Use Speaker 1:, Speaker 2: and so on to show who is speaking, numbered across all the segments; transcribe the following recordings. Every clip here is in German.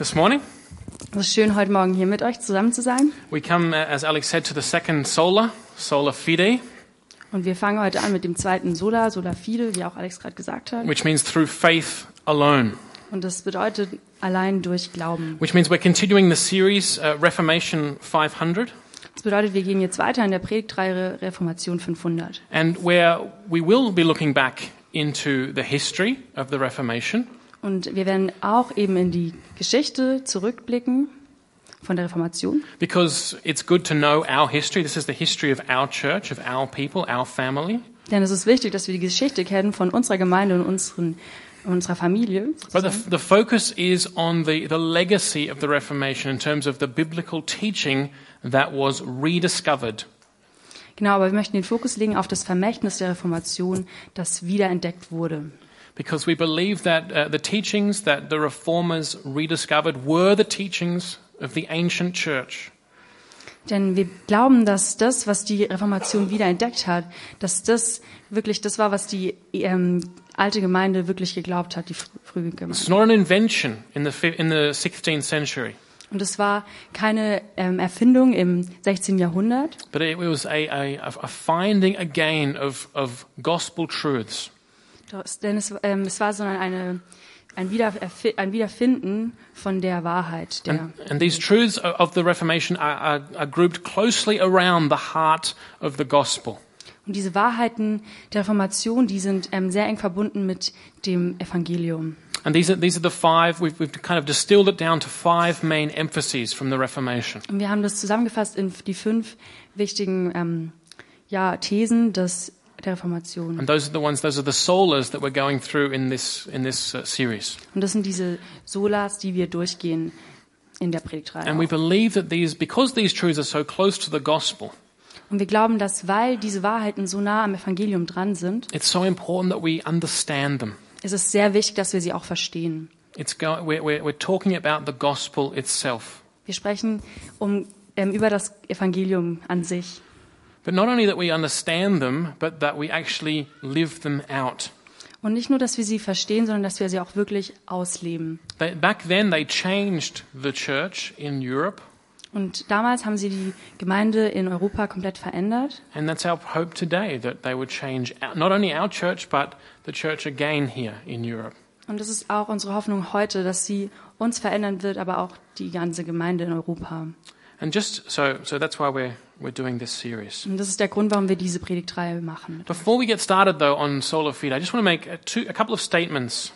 Speaker 1: This morning,
Speaker 2: Es ist schön, heute Morgen hier mit euch zusammen zu sein.
Speaker 1: we come, uh, as Alex said, to the second sola, sola fide,
Speaker 2: Und wir fangen heute an mit dem zweiten Sola, Sola Fide, wie auch Alex gerade gesagt hat.
Speaker 1: which means through faith alone,
Speaker 2: Und das bedeutet allein durch Glauben.
Speaker 1: which means we're continuing the series uh, Reformation 500,
Speaker 2: Das bedeutet, wir gehen jetzt weiter in der Predigtreihe Reformation 500.
Speaker 1: and where we will be looking back into the history of the Reformation,
Speaker 2: Und wir werden auch eben in die Geschichte zurückblicken von der Reformation,
Speaker 1: because it's good to know our history. This is the history of our church, of our people, our family.
Speaker 2: denn es ist wichtig, dass wir die Geschichte kennen von unserer Gemeinde und unseren, unserer Familie.
Speaker 1: But the, the focus is on the, the legacy of the Reformation in terms of the biblical teaching that was rediscovered
Speaker 2: Genau, aber wir möchten den Fokus legen auf das Vermächtnis der Reformation, das wiederentdeckt wurde.
Speaker 1: Because we believe that uh, the teachings that the reformers rediscovered were the teachings of the ancient church.
Speaker 2: Denn wir glauben, dass das, was die Reformation wiederentdeckt hat, dass das wirklich das war, was die ähm, alte Gemeinde wirklich geglaubt hat, die fr frühe Gemeinde.
Speaker 1: It's not an invention in the, fi- in the 16th century,
Speaker 2: Und es war keine ähm, Erfindung im 16. Jahrhundert,
Speaker 1: but it was a, a, a finding again of, of gospel truths.
Speaker 2: das- denn es, ähm, es war sondern eine, ein, Wiedererfi- ein Wiederfinden von der Wahrheit. Der,
Speaker 1: And, and these truths o- of the Reformation are, are, are grouped closely around the heart of the gospel.
Speaker 2: und diese Wahrheiten der Reformation, die sind ähm, sehr eng verbunden mit dem Evangelium.
Speaker 1: And these are, these are the five, we've, we've kind of distilled it down to five main emphases from the Reformation.
Speaker 2: Und wir haben das zusammengefasst in die fünf wichtigen ähm, ja, Thesen des, der Reformation.
Speaker 1: And those are the ones, those are the solas that we're going through in this, in this uh, series.
Speaker 2: Und das sind diese Solas, die wir durchgehen in der Predigtreihe.
Speaker 1: And we believe that these, because these truths are so close to the gospel,
Speaker 2: Und wir glauben, dass weil diese Wahrheiten so nah am Evangelium dran sind,
Speaker 1: it's so important that we understand them.
Speaker 2: ist es sehr wichtig, dass wir sie auch verstehen.
Speaker 1: It's go, we're, we're, we're talking about the gospel itself.
Speaker 2: Wir sprechen um, ähm, über das Evangelium an sich.
Speaker 1: But not only that we understand them, but that we actually live them out.
Speaker 2: Und nicht nur, dass wir sie verstehen, sondern dass wir sie auch wirklich ausleben.
Speaker 1: They, back then, they changed the church in Europe,
Speaker 2: Und damals haben sie die Gemeinde in Europa komplett verändert.
Speaker 1: and that's our hope today that they would change our- not only our church, but the church again here in Europe.
Speaker 2: Und das ist auch unsere Hoffnung heute, dass sie uns verändern wird, aber auch die ganze Gemeinde in Europa.
Speaker 1: And just so, so that's why we're, we're doing this series.
Speaker 2: Und das ist der Grund, warum wir diese Predigtreihe machen.
Speaker 1: Before we get started, though, on solar feed, I just want to make a, two, a couple of statements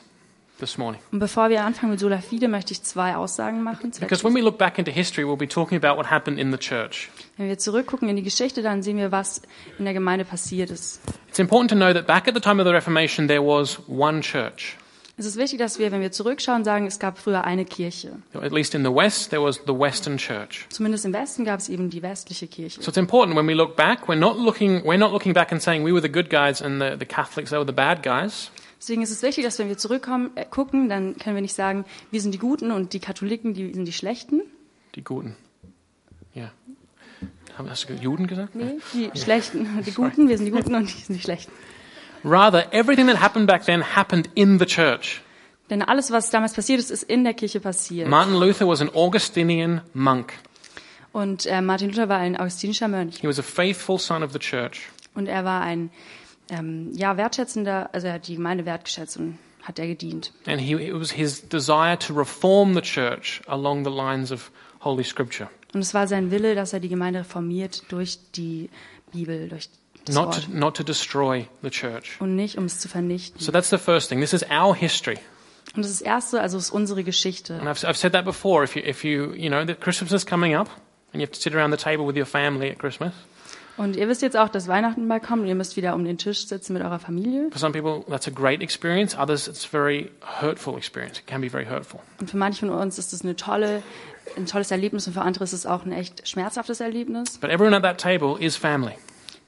Speaker 1: this morning.
Speaker 2: Und bevor wir anfangen mit Sola Fide, möchte ich zwei Aussagen machen. Zwei
Speaker 1: Because when we look back into history, we'll be talking about what happened in the church.
Speaker 2: Wenn wir zurückgucken in die Geschichte, dann sehen wir, was in der Gemeinde passiert ist.
Speaker 1: It's important to know that back at the time of the Reformation, there was one church.
Speaker 2: Es ist wichtig, dass wir, wenn wir zurückschauen, sagen, es gab früher eine Kirche.
Speaker 1: At least in the West, there was the Western Church.
Speaker 2: Zumindest im Westen gab es eben die westliche Kirche.
Speaker 1: So it's important when we look back, we're not looking, we're not looking back and saying we were the good guys and the, the Catholics, they were the bad guys.
Speaker 2: Deswegen ist es wichtig, dass wenn wir zurückkommen, äh, gucken, dann können wir nicht sagen, wir sind die Guten und die Katholiken, die sind die Schlechten.
Speaker 1: Die Guten. Ja. Haben- Hast du Juden gesagt?
Speaker 2: Nee, die Schlechten und die Guten, wir sind die Guten und die sind die Schlechten.
Speaker 1: Rather, everything that happened back then happened in the church.
Speaker 2: Denn alles, was damals passiert ist, ist in der Kirche passiert.
Speaker 1: Martin Luther was an Augustinian monk.
Speaker 2: Und äh, Martin Luther war ein augustinischer Mönch
Speaker 1: He was a faithful son of the church.
Speaker 2: und er war ein ähm, ja wertschätzender, also er hat die Gemeinde wertgeschätzt und hat er gedient.
Speaker 1: And he, it was his desire to reform the church along the lines of Holy Scripture.
Speaker 2: Und es war sein Wille, dass er die Gemeinde reformiert durch die Bibel, durch das
Speaker 1: Not
Speaker 2: Wort
Speaker 1: to, not to destroy the church.
Speaker 2: und nicht, um es zu vernichten.
Speaker 1: So that's the first thing. This is our history.
Speaker 2: Und das ist das erste, also ist unsere Geschichte.
Speaker 1: And I've, I've said that before. If you, if you, you know, that Christmas is coming up and you have to sit around the table with your family at Christmas.
Speaker 2: Und ihr wisst jetzt auch, dass Weihnachten bald kommt und ihr müsst wieder um den Tisch sitzen mit eurer Familie.
Speaker 1: For some people, that's a great experience. Others, it's a very hurtful experience. It can be very hurtful.
Speaker 2: Und für manche von uns ist das eine tolle, ein tolles Erlebnis und für andere ist es auch ein echt schmerzhaftes Erlebnis.
Speaker 1: But everyone at that table is family.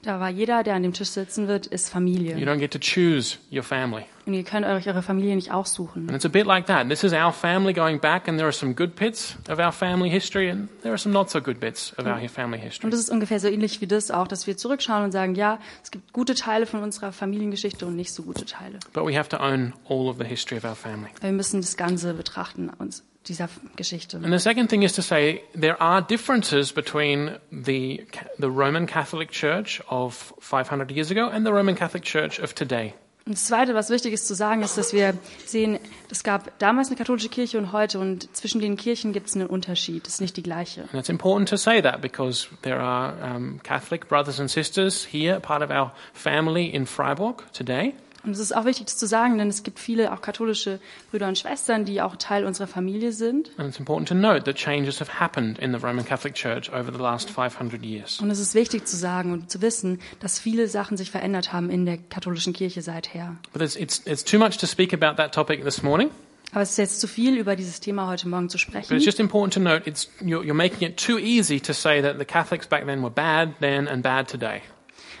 Speaker 2: Da war jeder, der an dem Tisch sitzen wird, ist
Speaker 1: You
Speaker 2: Familie.
Speaker 1: don't get to choose your family.
Speaker 2: Und ihr könnt euch eure Familie nicht aussuchen.
Speaker 1: And it's a bit like that. This is our family going back, and there are some good bits of our family history, and there are some not so good bits of our family
Speaker 2: Und
Speaker 1: history.
Speaker 2: das ist ungefähr so ähnlich wie das auch, dass wir zurückschauen und sagen, ja, es gibt gute Teile von unserer Familiengeschichte und nicht so gute Teile.
Speaker 1: But we have to own all of the history of our family.
Speaker 2: Weil wir müssen das Ganze betrachten, uns dieser Geschichte.
Speaker 1: And the second thing is to say there are differences between the, the Roman Catholic Church of 500 years ago and the Roman Catholic Church of today.
Speaker 2: Und das Zweite, was wichtig ist zu sagen, ist, dass wir sehen, es gab damals eine katholische Kirche und heute und zwischen den Kirchen gibt es einen Unterschied. Es ist nicht die gleiche.
Speaker 1: And it's important to say that because there are um, Catholic brothers and sisters here, part of our family in Freiburg today.
Speaker 2: Und es ist auch wichtig, das zu sagen, denn es gibt viele auch katholische Brüder und Schwestern, die auch Teil unserer Familie sind.
Speaker 1: And it's important to note that changes have happened in the Roman Catholic Church over the last 500 years.
Speaker 2: Und es ist wichtig zu sagen und zu wissen, dass viele Sachen sich verändert haben in der katholischen Kirche seither.
Speaker 1: But it's, it's, it's too much to speak about that topic this morning.
Speaker 2: Aber es ist jetzt zu viel, über dieses Thema heute Morgen zu
Speaker 1: But
Speaker 2: sprechen.
Speaker 1: it's just important to note it's, you're, you're making it too easy to say that the Catholics back then were bad then and bad today.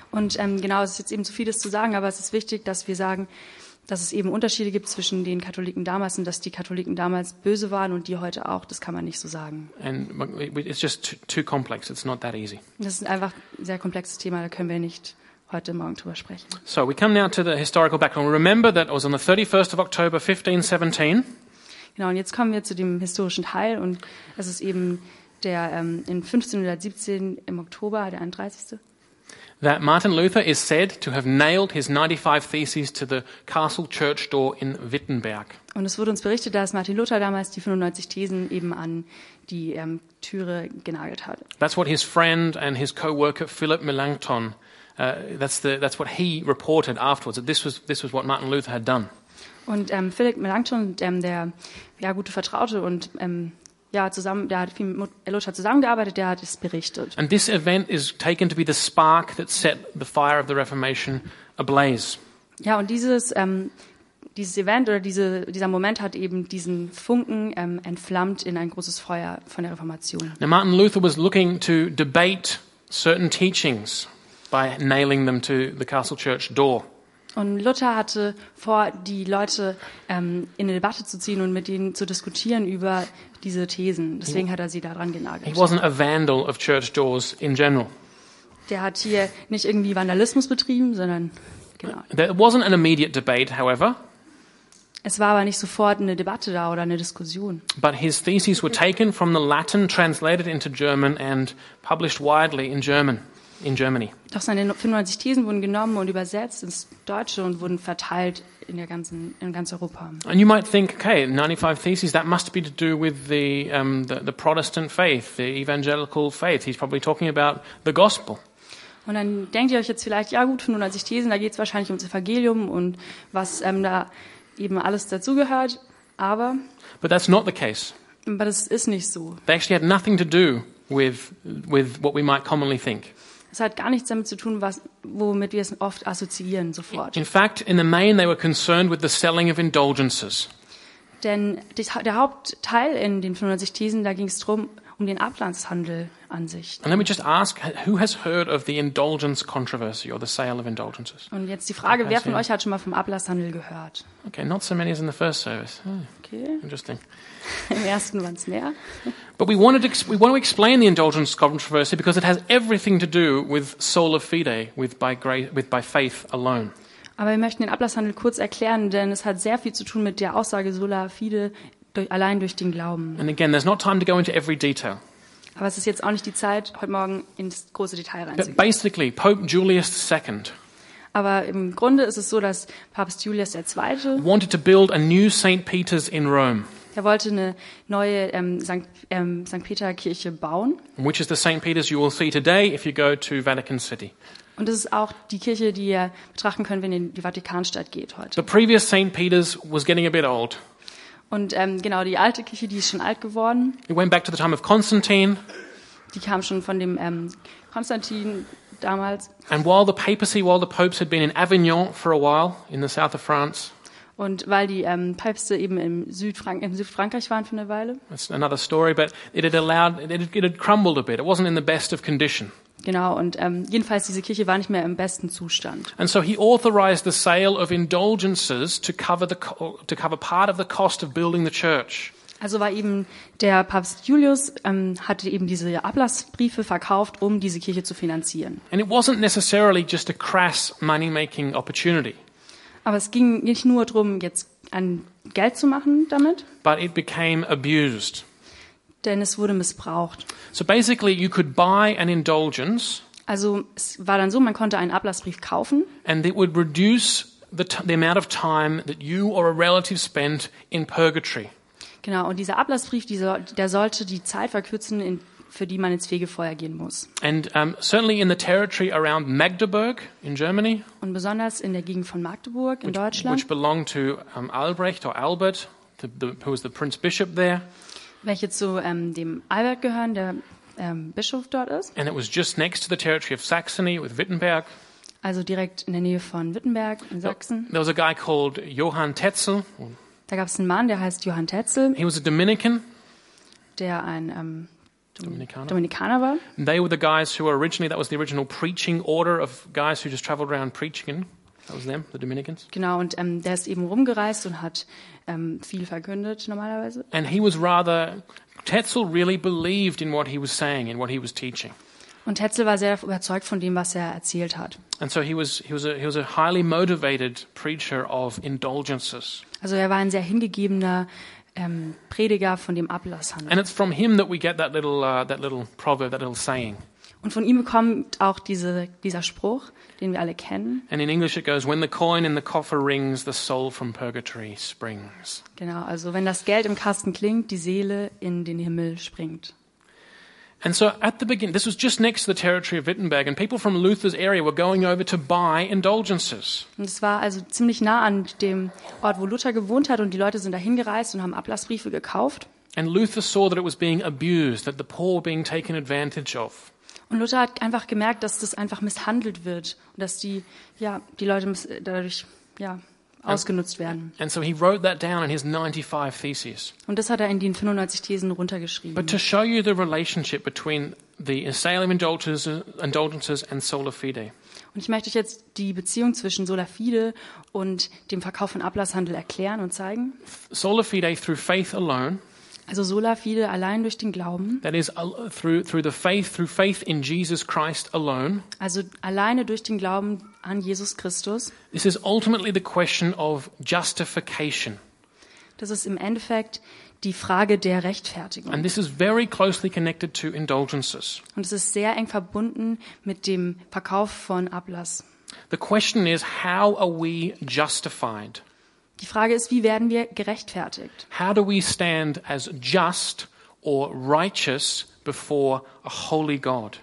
Speaker 2: Und ähm, genau, es ist jetzt eben zu vieles zu sagen, aber es ist wichtig, dass wir sagen, dass es eben Unterschiede gibt zwischen den Katholiken damals und dass die Katholiken damals böse waren und die heute auch. Das kann man nicht so sagen.
Speaker 1: And it- it- it's just too, too complex. It's not that easy.
Speaker 2: Das ist einfach ein sehr komplexes Thema, da können wir nicht heute Morgen drüber sprechen.
Speaker 1: So we come now to the historical background. Remember that it was on the 31st of October 1517.
Speaker 2: Genau, und jetzt kommen wir zu dem historischen Teil und es ist eben der ähm, in 1517 im Oktober, der 31.
Speaker 1: that Martin Luther is said to have nailed his 95 Theses to the castle church door in Wittenberg.
Speaker 2: Und es wurde uns berichtet, dass Martin Luther damals die 95 Thesen eben an die ähm, Türe genagelt hat.
Speaker 1: That's what his friend and his co-worker Philip Melanchthon, uh, that's, the, that's what he reported afterwards, that this was, this was what Martin Luther had done.
Speaker 2: Und ähm, Philipp Melanchthon, ähm, der ja, gute Vertraute und ähm, ja, zusammen, der hat viel mit Luther zusammengearbeitet, der hat es berichtet.
Speaker 1: And this event is taken to be the spark that set the fire of the Reformation ablaze.
Speaker 2: Ja, und dieses, ähm, dieses Event oder diese, dieser Moment hat eben diesen Funken ähm, entflammt in ein großes Feuer von der Reformation.
Speaker 1: Now Martin Luther was looking to debate certain teachings by nailing them to the castle church door.
Speaker 2: Und Luther hatte vor, die Leute ähm, in eine Debatte zu ziehen und mit ihnen zu diskutieren über diese Thesen. Deswegen hat er sie daran
Speaker 1: He
Speaker 2: genagelt.
Speaker 1: wasn't a vandal of church doors in general.
Speaker 2: Der hat hier nicht irgendwie Vandalismus betrieben, sondern genau.
Speaker 1: There wasn't an immediate debate, however,
Speaker 2: Es war aber nicht sofort eine Debatte da oder eine Diskussion.
Speaker 1: but his theses were taken from the Latin, translated into German, and published widely in German, in Germany.
Speaker 2: Doch seine 95 Thesen wurden genommen und übersetzt ins Deutsche und wurden verteilt in, der ganzen, in ganz Europa.
Speaker 1: And you might think, okay, 95 theses, that must be to do with the, um, the, the Protestant faith, the evangelical faith. He's probably talking about the gospel.
Speaker 2: Und dann denkt ihr euch jetzt vielleicht, ja gut, 95 Thesen, da geht es wahrscheinlich ums Evangelium und was ähm, da eben alles dazugehört. Aber,
Speaker 1: But that's not the case.
Speaker 2: aber das ist nicht so.
Speaker 1: They actually had nothing to do with, with what we might commonly think.
Speaker 2: Es hat gar nichts damit zu tun, was, womit wir es oft assoziieren sofort.
Speaker 1: In fact, in the main, they were concerned with the selling of indulgences.
Speaker 2: Denn das, der Hauptteil in den 95 Thesen, da ging es drum um den Ablandshandel an sich.
Speaker 1: And let me just ask who has heard of the indulgence controversy or the sale of indulgences?
Speaker 2: Und jetzt die Frage,
Speaker 1: Okay,
Speaker 2: wer von
Speaker 1: sehr.
Speaker 2: euch hat schon mal vom Ablasshandel gehört?
Speaker 1: Okay, not so many as in the first service. Hmm,
Speaker 2: Okay,
Speaker 1: interesting.
Speaker 2: im ersten waren es mehr.
Speaker 1: But we, wanted to, ex- we want to explain the indulgence controversy because it has everything to do with sola fide, with by, grace, with by faith alone.
Speaker 2: Aber wir möchten den Ablasshandel kurz erklären, denn es hat sehr viel zu tun mit der Aussage sola fide, durch, allein durch den Glauben.
Speaker 1: And again, there's not time to go into every detail.
Speaker 2: Aber es ist jetzt auch nicht die Zeit, heute Morgen ins große Detail
Speaker 1: But
Speaker 2: reinzugehen.
Speaker 1: basically, Pope Julius II
Speaker 2: Aber im Grunde ist es so, dass Papst Julius II.,
Speaker 1: wanted to build a new St. Peter's in Rome,
Speaker 2: der wollte eine neue ähm, St. Ähm, St. Peter Kirche bauen.
Speaker 1: which is the St. Peter's you will see today if you go to Vatican City.
Speaker 2: Und das ist auch die Kirche, die ihr betrachten könnt, wenn ihr in die Vatikanstadt geht heute.
Speaker 1: The previous St. Peter's was getting a bit old.
Speaker 2: Und ähm, genau, die alte Kirche, die ist schon alt geworden.
Speaker 1: It went back to the time of Constantine,
Speaker 2: Die kam schon von dem ähm, Konstantin damals.
Speaker 1: And while the papacy, while the popes had been in Avignon for a while in the south of France,
Speaker 2: Und weil die ähm, Päpste eben im, Südfrank im Südfrankreich waren für eine Weile,
Speaker 1: that's another story, but it had allowed, it had, it had crumbled a bit. It wasn't in the best of condition.
Speaker 2: genau, und ähm, jedenfalls diese Kirche war nicht mehr im besten Zustand.
Speaker 1: And so he authorized the sale of indulgences to cover, the, co- to cover part of the cost of building the church.
Speaker 2: Also war eben der Papst Julius, ähm, hatte eben diese Ablassbriefe verkauft, um diese Kirche zu finanzieren.
Speaker 1: And it wasn't necessarily just a crass money making opportunity.
Speaker 2: Aber es ging nicht nur darum, jetzt an Geld zu machen damit,
Speaker 1: but it became abused.
Speaker 2: denn es wurde missbraucht.
Speaker 1: So basically, you could buy an indulgence,
Speaker 2: Also es war dann so, man konnte einen Ablassbrief kaufen
Speaker 1: and it would reduce the, t- the amount of time that you or a relative spent in purgatory.
Speaker 2: Genau, und dieser Ablassbrief, dieser, der sollte die Zeit verkürzen, in, für die man ins Fegefeuer gehen muss.
Speaker 1: And um, certainly in the territory around Magdeburg in Germany,
Speaker 2: Und besonders in der Gegend von Magdeburg in Deutschland,
Speaker 1: which belonged to um, Albrecht or Albert, the, the, who was the prince bishop there,
Speaker 2: welche zu ähm, dem Albert gehören, der ähm, Bischof dort ist,
Speaker 1: and it was just next to the territory of Saxony with Wittenberg.
Speaker 2: also direkt in der Nähe von Wittenberg in Sachsen.
Speaker 1: There was a guy called Johann Tetzel.
Speaker 2: Da gab es einen Mann, der heißt Johann Tetzel,
Speaker 1: He was a Dominican.
Speaker 2: der ein ähm, Dom-
Speaker 1: Dominikaner.
Speaker 2: Dominikaner war.
Speaker 1: And they were the guys who were originally, that was the original preaching order of guys who just traveled around preaching. That was them, the Dominicans.
Speaker 2: Genau, und ähm, der ist eben rumgereist und hat ähm, viel verkündet normalerweise.
Speaker 1: And he was rather, Tetzel really believed in what he was saying, in what he was teaching.
Speaker 2: Und Tetzel war sehr überzeugt von dem, was er erzählt hat.
Speaker 1: And so he was, he was, a, he was a highly motivated preacher of indulgences.
Speaker 2: Also er war ein sehr hingegebener ähm, Prediger von dem Ablasshandel.
Speaker 1: And it's from him that we get that little, uh, that little proverb, that little saying.
Speaker 2: Und von ihm kommt auch diese, dieser Spruch, den wir alle kennen.
Speaker 1: And in English it goes, When the coin in the coffer rings, the soul from purgatory springs.
Speaker 2: Genau, also wenn das Geld im Kasten klingt, die Seele in den Himmel springt.
Speaker 1: And so at the beginning, this was just next to the territory of Wittenberg, and people from Luther's area were going over to buy indulgences.
Speaker 2: Und es war also ziemlich nah an dem Ort, wo Luther gewohnt hat und die Leute sind dahin gereist und haben Ablassbriefe gekauft.
Speaker 1: And Luther saw that it was being abused, that the poor were being taken advantage of.
Speaker 2: Und Luther hat einfach gemerkt, dass das einfach misshandelt wird und dass die, ja, die Leute miss dadurch, ja, ausgenutzt werden.
Speaker 1: And so he wrote that down in his 95 Theses.
Speaker 2: Und das hat er in den 95 Thesen runtergeschrieben.
Speaker 1: But to show you the relationship between the sale of indulgences, indulgences and sola fide.
Speaker 2: Und ich möchte euch jetzt die Beziehung zwischen Sola Fide und dem Verkauf von Ablasshandel erklären und zeigen.
Speaker 1: Sola fide through faith alone,
Speaker 2: Also Sola Fide allein durch den Glauben,
Speaker 1: that is al- through, through the faith, through faith in Jesus Christ alone.
Speaker 2: also alleine durch den Glauben an Jesus Christus.
Speaker 1: This is ultimately the question of justification.
Speaker 2: Das ist im Endeffekt die Frage der Rechtfertigung.
Speaker 1: And this is very closely connected to indulgences.
Speaker 2: Und es ist sehr eng verbunden mit dem Verkauf von Ablass.
Speaker 1: The question is how are we justified?
Speaker 2: Die Frage ist, wie werden wir gerechtfertigt?
Speaker 1: How do we stand as just or righteous before a holy God?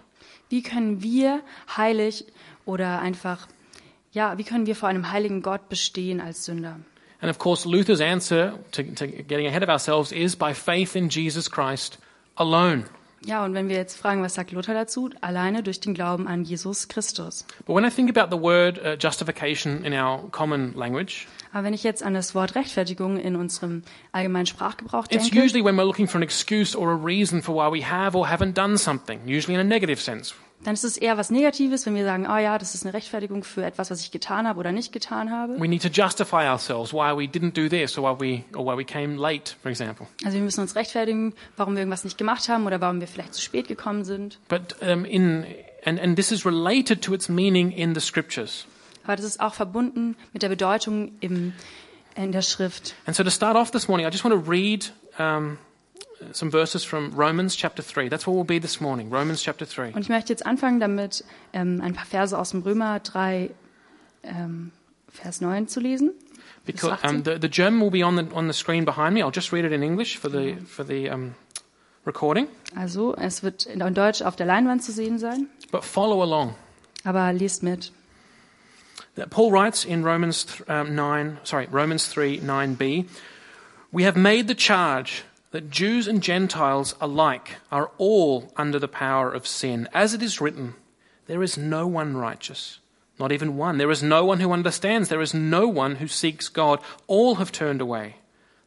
Speaker 2: Wie können wir heilig oder einfach, ja, wie können wir vor einem heiligen Gott bestehen als Sünder?
Speaker 1: And of course, Luther's answer to, to getting ahead of ourselves is by faith in Jesus Christ alone.
Speaker 2: Ja, und wenn wir jetzt fragen, was sagt Luther dazu? Alleine durch den Glauben an Jesus Christus.
Speaker 1: But when I think about the word uh, justification in our common language,
Speaker 2: Aber wenn ich jetzt an das Wort Rechtfertigung in unserem allgemeinen Sprachgebrauch
Speaker 1: it's
Speaker 2: denke,
Speaker 1: usually when we're looking for an excuse or a reason for why we have or haven't done something, usually in a negative sense.
Speaker 2: dann ist es eher was Negatives, wenn wir sagen, oh ja, das ist eine Rechtfertigung für etwas, was ich getan habe oder nicht getan habe.
Speaker 1: We need to justify ourselves why we didn't do this or why we or why we came late, for example.
Speaker 2: Also wir müssen uns rechtfertigen, warum wir irgendwas nicht gemacht haben oder warum wir vielleicht zu spät gekommen sind.
Speaker 1: But um, in and, and this is related to its meaning in the scriptures.
Speaker 2: Aber das ist auch verbunden mit der Bedeutung im, in der Schrift.
Speaker 1: And so to start off this morning, I just want to read um, some verses from Romans chapter three. That's where we'll be this morning. Romans chapter three.
Speaker 2: Und ich möchte jetzt anfangen damit, ähm, ein paar Verse aus dem Römer 3, ähm, Vers 9 zu lesen.
Speaker 1: Because um, the, the German will be on the on the screen behind me. I'll just read it in English for the for the um, recording.
Speaker 2: Also, es wird in in Deutsch auf der Leinwand zu sehen sein,
Speaker 1: But follow along.
Speaker 2: aber lest mit.
Speaker 1: that Paul writes in Romans th- um, 9, sorry, Romans 3, 9b, we have made the charge that Jews and Gentiles alike are all under the power of sin. As it is written, there is no one righteous, not even one. There is no one who understands. There is no one who seeks God. All have turned away.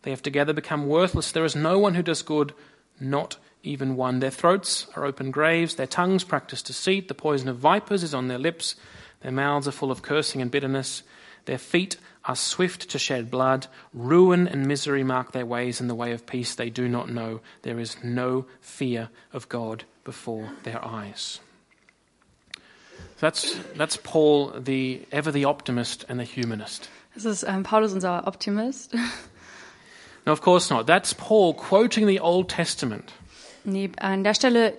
Speaker 1: They have together become worthless. There is no one who does good, not even one. Their throats are open graves. Their tongues practice deceit. The poison of vipers is on their lips. Their mouths are full of cursing and bitterness. Their feet are swift to shed blood. Ruin and misery mark their ways, and the way of peace they do not know. There is no fear of God before their eyes. That's, that's Paul, the ever the optimist and the humanist.
Speaker 2: Das ist ähm, Paulus, unser Optimist.
Speaker 1: No, of course not. That's Paul quoting the Old Testament
Speaker 2: Nee, an der Stelle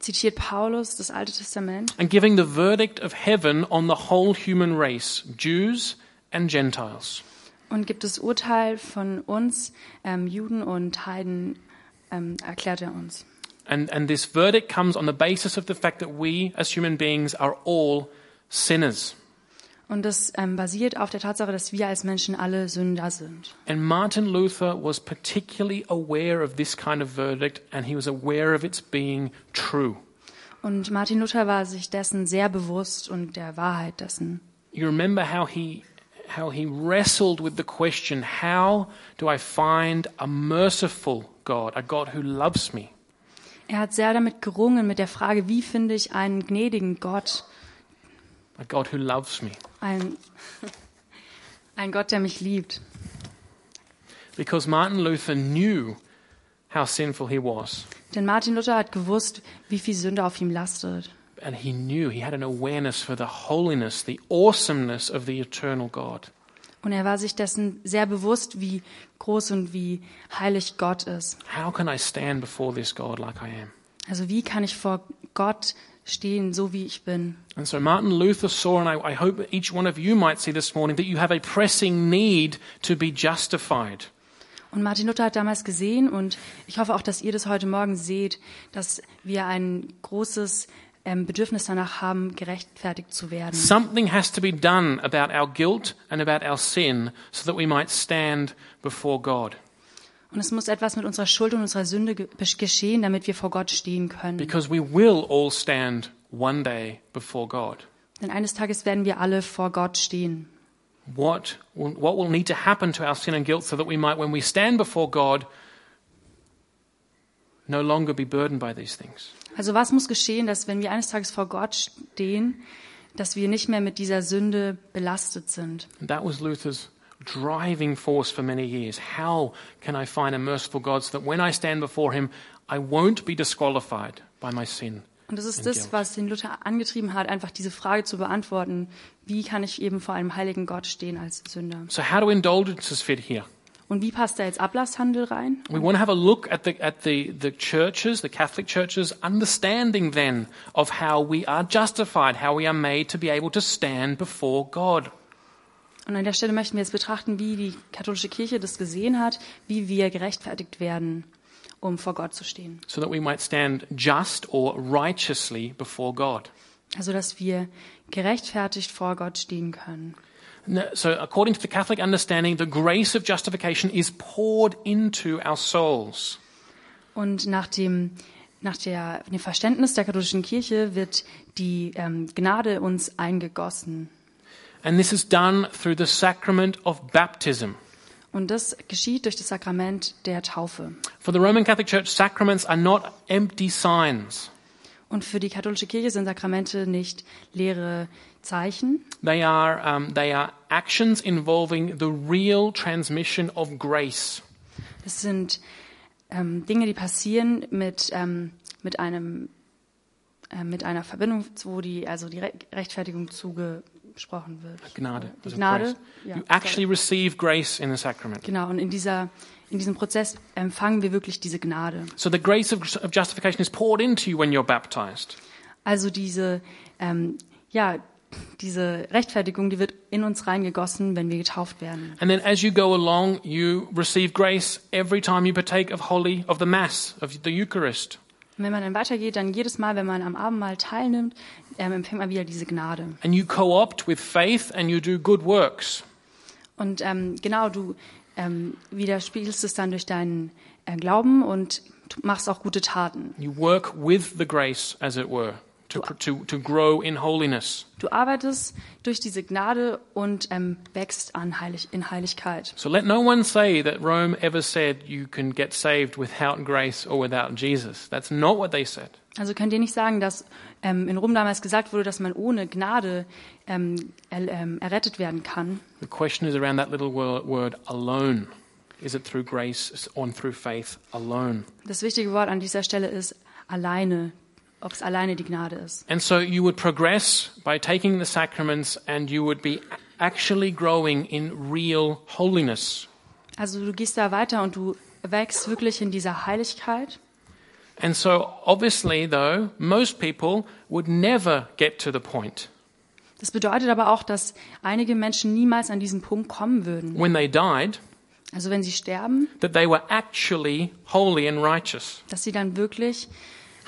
Speaker 2: zitiert Paulus das Alte Testament
Speaker 1: and giving the verdict of heaven on the whole human race, Jews and Gentiles.
Speaker 2: und gibt das Urteil von uns, ähm, Juden und Heiden, ähm, erklärt er uns.
Speaker 1: And, and this verdict comes on the basis of the fact that we, as human beings, are all sinners.
Speaker 2: Und das ähm, basiert auf der Tatsache, dass wir als Menschen alle Sünder sind.
Speaker 1: And Martin Luther was particularly aware of this kind of verdict, and he was aware of its being true.
Speaker 2: Und Martin Luther war sich dessen sehr bewusst und der Wahrheit dessen.
Speaker 1: You remember how he, how he wrestled with the question how do I find a merciful God, a God who loves me?
Speaker 2: Er hat sehr damit gerungen mit der Frage, wie finde ich einen gnädigen Gott,
Speaker 1: A God who loves me.
Speaker 2: einen, einen Gott, der mich liebt.
Speaker 1: Because Martin Luther knew how sinful he was,
Speaker 2: Denn Martin Luther hat gewusst, wie viel Sünde auf ihm lastet.
Speaker 1: and he knew he had an awareness for the holiness, the awesomeness of the eternal God.
Speaker 2: Und er war sich dessen sehr bewusst, wie groß und wie heilig Gott ist.
Speaker 1: How can I stand before this God like I am?
Speaker 2: Also wie kann ich vor Gott stehen, so wie ich bin?
Speaker 1: And so Martin Luther saw, and I, I hope that each one of you might see this morning, that you have a pressing need to be justified.
Speaker 2: Und Martin Luther hat damals gesehen, und ich hoffe auch, dass ihr das heute Morgen seht, dass wir ein großes ähm, Bedürfnis danach haben, gerechtfertigt zu werden.
Speaker 1: Something has to be done about our guilt and about our sin so that we might stand before God.
Speaker 2: Und es muss etwas mit unserer Schuld und unserer Sünde ge- geschehen, damit wir vor Gott stehen können.
Speaker 1: Because we will all stand one day before God.
Speaker 2: Denn eines Tages werden wir alle vor Gott stehen.
Speaker 1: What will, what will need to happen to our sin and guilt so that we might, when we stand before God, no longer be burdened by these things?
Speaker 2: Also was muss geschehen, dass wenn wir eines Tages vor Gott stehen, dass wir nicht mehr mit dieser Sünde belastet sind?
Speaker 1: And that was Luther's driving force for many years. How can I find a merciful God so that when I stand before Him, I won't be disqualified by my sin?
Speaker 2: Und das ist
Speaker 1: And guilt.
Speaker 2: das, was den Luther angetrieben hat, einfach diese Frage zu beantworten, wie kann ich eben vor einem heiligen Gott stehen als Sünder?
Speaker 1: So, how do indulgences fit here?
Speaker 2: Und wie passt da jetzt Ablasshandel rein?
Speaker 1: We want to have a look at the, at the, the churches, the Catholic churches, understanding then of how we are justified, how we are made to be able to stand before God.
Speaker 2: Und an der Stelle möchten wir jetzt betrachten, wie die katholische Kirche das gesehen hat, wie wir gerechtfertigt werden, um vor Gott zu stehen.
Speaker 1: so that we might stand just or righteously before God.
Speaker 2: Also dass wir gerechtfertigt vor Gott stehen können.
Speaker 1: No, So, according to the Catholic understanding, the grace of justification is poured into our souls.
Speaker 2: Und nach dem, nach der, dem Verständnis der katholischen Kirche wird die ähm, Gnade uns eingegossen.
Speaker 1: And this is done through the sacrament of baptism.
Speaker 2: Und das geschieht durch das Sakrament der Taufe.
Speaker 1: For the Roman Catholic Church, sacraments are not empty signs,
Speaker 2: Und für die katholische Kirche sind Sakramente nicht leere Zeichen,
Speaker 1: they are, um, they are actions involving the real transmission of grace.
Speaker 2: das sind ähm, Dinge, die passieren mit, ähm, mit einem ähm, mit einer Verbindung, wo die also die Re Rechtfertigung zugesprochen wird.
Speaker 1: Gnade.
Speaker 2: Die
Speaker 1: also
Speaker 2: Gnade.
Speaker 1: grace.
Speaker 2: ja,
Speaker 1: you actually receive grace in the sacrament.
Speaker 2: Genau, und in, dieser, in diesem Prozess empfangen wir wirklich diese Gnade.
Speaker 1: So the grace of, of justification is poured into you when you're baptized.
Speaker 2: Also diese, ähm, ja, diese Rechtfertigung, die wird in uns reingegossen, wenn wir getauft werden.
Speaker 1: And then as you go along, you receive grace every time you partake of holy of the mass of the Eucharist.
Speaker 2: Und wenn man dann weitergeht, dann jedes Mal, wenn man am Abendmahl teilnimmt, ähm, empfängt man wieder diese Gnade.
Speaker 1: And you co-opt with faith and you do good works.
Speaker 2: Und ähm, genau, du ähm, widerspiegelst es dann durch deinen äh, Glauben und tu- machst auch gute Taten.
Speaker 1: You work with the grace, as it were, to, pr- to, to grow in holiness.
Speaker 2: Du arbeitest durch diese Gnade und ähm, wächst an Heilig in Heiligkeit.
Speaker 1: So let no one say that Rome ever said you can get saved without grace or without Jesus. That's not what they said.
Speaker 2: Also könnt ihr nicht sagen, dass ähm, in Rom damals gesagt wurde, dass man ohne Gnade ähm, er, ähm, errettet werden kann.
Speaker 1: The question is around that little wor- word alone. Is it through grace or through faith alone?
Speaker 2: Das wichtige Wort an dieser Stelle ist alleine, ob es alleine die Gnade ist.
Speaker 1: And so you would progress by taking the sacraments and you would be actually growing in real holiness.
Speaker 2: Also du gehst da weiter und du wächst wirklich in dieser Heiligkeit.
Speaker 1: And so, obviously, though, most people would never get to the point.
Speaker 2: Das bedeutet aber auch, dass einige Menschen niemals an diesen Punkt kommen würden.
Speaker 1: when they died
Speaker 2: Also wenn sie sterben,
Speaker 1: that they were actually holy and righteous.
Speaker 2: dass sie dann wirklich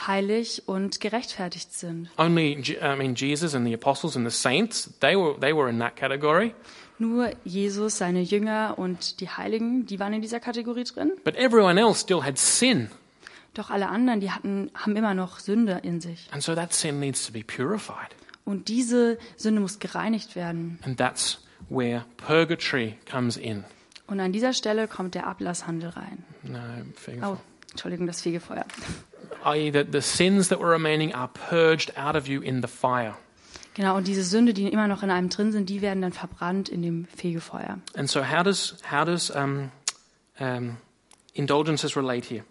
Speaker 2: heilig und gerechtfertigt sind.
Speaker 1: Only, Je- I mean, Jesus and the apostles and the saints, they were, they were in that category.
Speaker 2: Nur Jesus, seine Jünger und die Heiligen, die waren in dieser Kategorie drin.
Speaker 1: But everyone else still had sin.
Speaker 2: Doch alle anderen, die hatten, haben immer noch Sünde in sich.
Speaker 1: And so that sin needs to be purified.
Speaker 2: Und diese Sünde muss gereinigt werden.
Speaker 1: And that's where purgatory comes in.
Speaker 2: Und an dieser Stelle kommt der Ablasshandel rein.
Speaker 1: No, figure
Speaker 2: Oh, Entschuldigung, das Fegefeuer.
Speaker 1: i.e., that the sins that were remaining are purged out of you in the fire.
Speaker 2: Genau, und diese Sünde, die immer noch in einem drin sind, die werden dann verbrannt in dem Fegefeuer.
Speaker 1: And so, how does, how does um, um, indulgences relate here?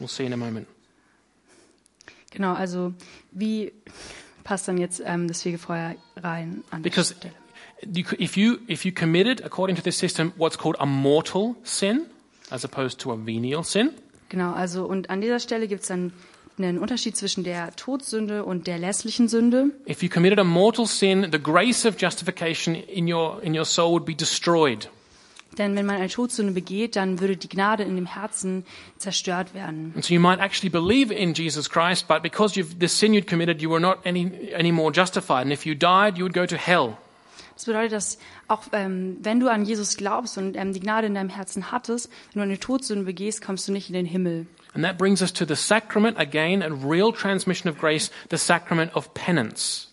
Speaker 1: We'll see in a moment.
Speaker 2: Genau, also wie passt dann jetzt ähm, das Fegefeuer rein an der
Speaker 1: Because
Speaker 2: Stelle?
Speaker 1: you, c- if you if you committed according to this system what's called a mortal sin as opposed to a venial sin,
Speaker 2: Genau, also und an dieser Stelle gibt es dann einen Unterschied zwischen der Todsünde und der lässlichen Sünde.
Speaker 1: if you committed a mortal sin, the grace of justification in your in your soul would be destroyed.
Speaker 2: Denn wenn man eine Todsünde begeht, dann würde die Gnade in dem Herzen zerstört werden.
Speaker 1: And so you might actually believe in Jesus Christ, but because you've this sin you'd committed, you were not any any more justified. And if you died, you would go to hell.
Speaker 2: Das bedeutet, dass auch ähm, wenn du an Jesus glaubst und ähm, die Gnade in deinem Herzen hattest, wenn du eine Todsünde begehst, kommst du nicht in den Himmel.
Speaker 1: And that brings us to the sacrament again, a real transmission of grace, the sacrament of penance.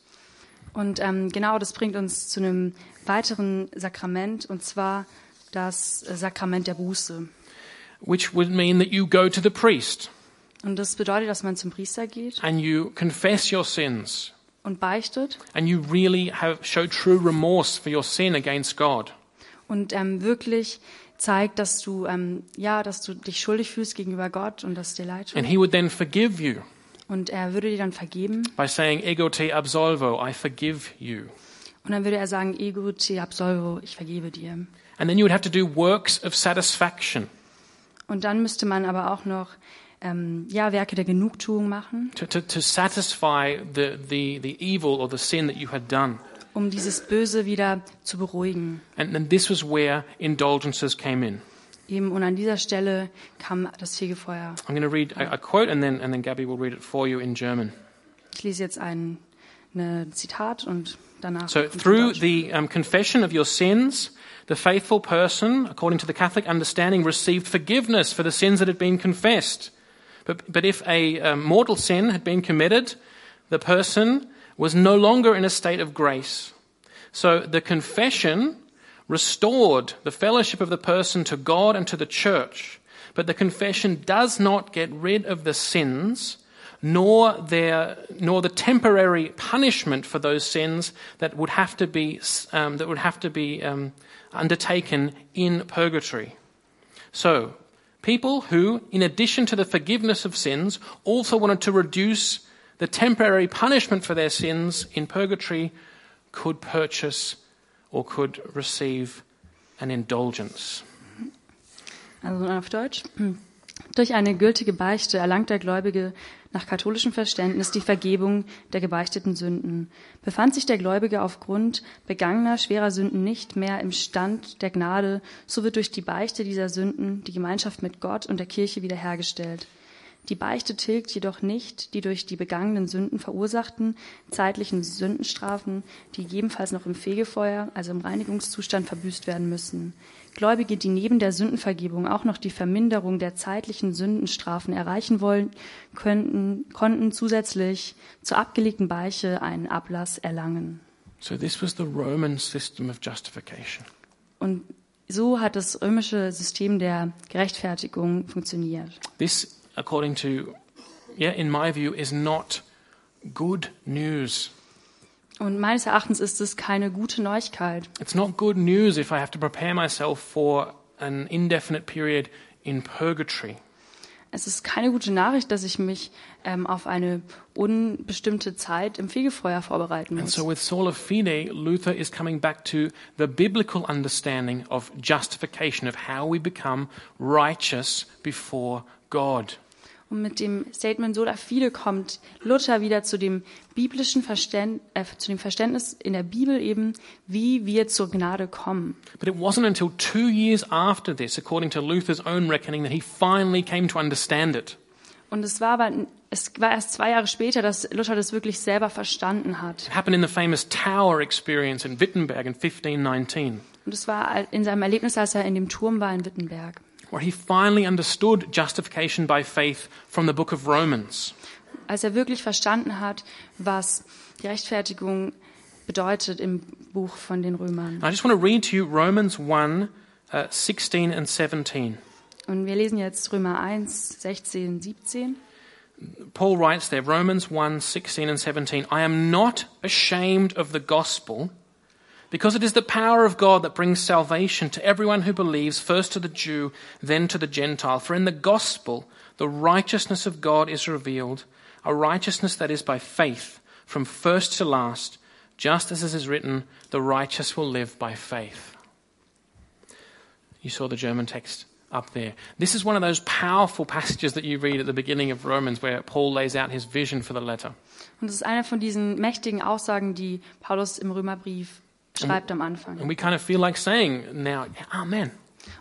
Speaker 2: Und ähm, genau das bringt uns zu einem weiteren Sakrament, und zwar das äh, Sakrament der Buße.
Speaker 1: Which would mean that you go to the priest
Speaker 2: Und das bedeutet, dass man zum Priester geht
Speaker 1: and you confess your sins.
Speaker 2: und beichtet
Speaker 1: and you really have, show true remorse for your sin against God.
Speaker 2: und ähm, wirklich zeigt, dass du ähm, ja, dass du dich schuldig fühlst gegenüber Gott und dass es dir leid
Speaker 1: And
Speaker 2: tut.
Speaker 1: He would then forgive you
Speaker 2: Und er würde dir dann vergeben
Speaker 1: by saying, Ego te absolvo, I forgive you.
Speaker 2: und dann würde er sagen, ego te absolvo, ich vergebe dir.
Speaker 1: And then you would have to do works of satisfaction
Speaker 2: Und dann müsste man aber auch noch ähm, ja Werke der Genugtuung machen,
Speaker 1: to, to, to satisfy the, the, the evil or the sin that you had done.
Speaker 2: um dieses Böse wieder zu beruhigen.
Speaker 1: And then this was where indulgences came in.
Speaker 2: Eben, und an dieser Stelle kam das Fegefeuer.
Speaker 1: I'm going to read a, a quote and then, and then Gabby will read it for you in German.
Speaker 2: Ich lese jetzt ein eine Zitat und danach.
Speaker 1: So,
Speaker 2: kommt die
Speaker 1: through
Speaker 2: Deutsche.
Speaker 1: the um, confession of your sins, the faithful person, according to the Catholic understanding, received forgiveness for the sins that had been confessed. But, but if a um, mortal sin had been committed, the person was no longer in a state of grace. So, the confession restored the fellowship of the person to God and to the church. But the confession does not get rid of the sins, nor their, nor the temporary punishment for those sins that would have to be, um, that would have to be um, undertaken in purgatory. So, people who, in addition to the forgiveness of sins, also wanted to reduce the temporary punishment for their sins in purgatory could purchase or could receive an indulgence.
Speaker 2: Also auf Deutsch. Durch eine gültige Beichte erlangt der Gläubige nach katholischem Verständnis die Vergebung der gebeichteten Sünden. Befand sich der Gläubige aufgrund begangener schwerer Sünden nicht mehr im Stand der Gnade, so wird durch die Beichte dieser Sünden die Gemeinschaft mit Gott und der Kirche wiederhergestellt. Die Beichte tilgt jedoch nicht die durch die begangenen Sünden verursachten zeitlichen Sündenstrafen, die gegebenenfalls noch im Fegefeuer, also im Reinigungszustand, verbüßt werden müssen. Gläubige, die neben der Sündenvergebung auch noch die Verminderung der zeitlichen Sündenstrafen erreichen wollen, könnten, konnten zusätzlich zur abgelegten Beiche einen Ablass erlangen.
Speaker 1: So, this was the Roman system of justification.
Speaker 2: Und so hat das römische System der Gerechtfertigung funktioniert.
Speaker 1: This, according to, yeah, in my view, is not good news.
Speaker 2: Und meines Erachtens ist es keine gute Neuigkeit.
Speaker 1: It's not good news if I have to prepare myself for an indefinite period in purgatory.
Speaker 2: es ist keine gute Nachricht, dass ich mich ähm, auf eine unbestimmte Zeit im Fegefeuer vorbereiten
Speaker 1: And
Speaker 2: muss.
Speaker 1: so with Sola Fide, Luther is coming back to the biblical understanding of justification, of how we become righteous before God.
Speaker 2: Und mit dem Statement Sola Fide kommt Luther wieder zu dem biblischen Verständ, äh, zu dem Verständnis in der Bibel eben, wie wir zur Gnade kommen.
Speaker 1: But it wasn't until two years after this, according to Luther's own reckoning, that he finally came to understand it.
Speaker 2: Und es war aber, es war erst zwei Jahre später, dass Luther das wirklich selber verstanden hat.
Speaker 1: It happened in the famous Tower experience in Wittenberg in 1519,
Speaker 2: Und es war in seinem Erlebnis, als er in dem Turm war in Wittenberg.
Speaker 1: where he finally understood justification by faith from the book of Romans.
Speaker 2: Als er wirklich verstanden hat, was die Rechtfertigung bedeutet im Buch von den Römern.
Speaker 1: I just want to read to you Romans 1 uh, 16 and 17.
Speaker 2: Und wir lesen jetzt Römer 1, 16, 17.
Speaker 1: Paul writes there, Romans 1 16 and 17, I am not ashamed of the gospel, because it is the power of God that brings salvation to everyone who believes, first to the Jew, then to the Gentile. For in the gospel, the righteousness of God is revealed, a righteousness that is by faith, from first to last, just as it is written, the righteous will live by faith. You saw the German text up there. This is one of those powerful passages that you read at the beginning of Romans where Paul lays out his vision for the letter.
Speaker 2: Und es ist eine von diesen mächtigen Aussagen, die Paulus im Römerbrief schreibt am Anfang.
Speaker 1: And we kind of feel like saying now, Amen.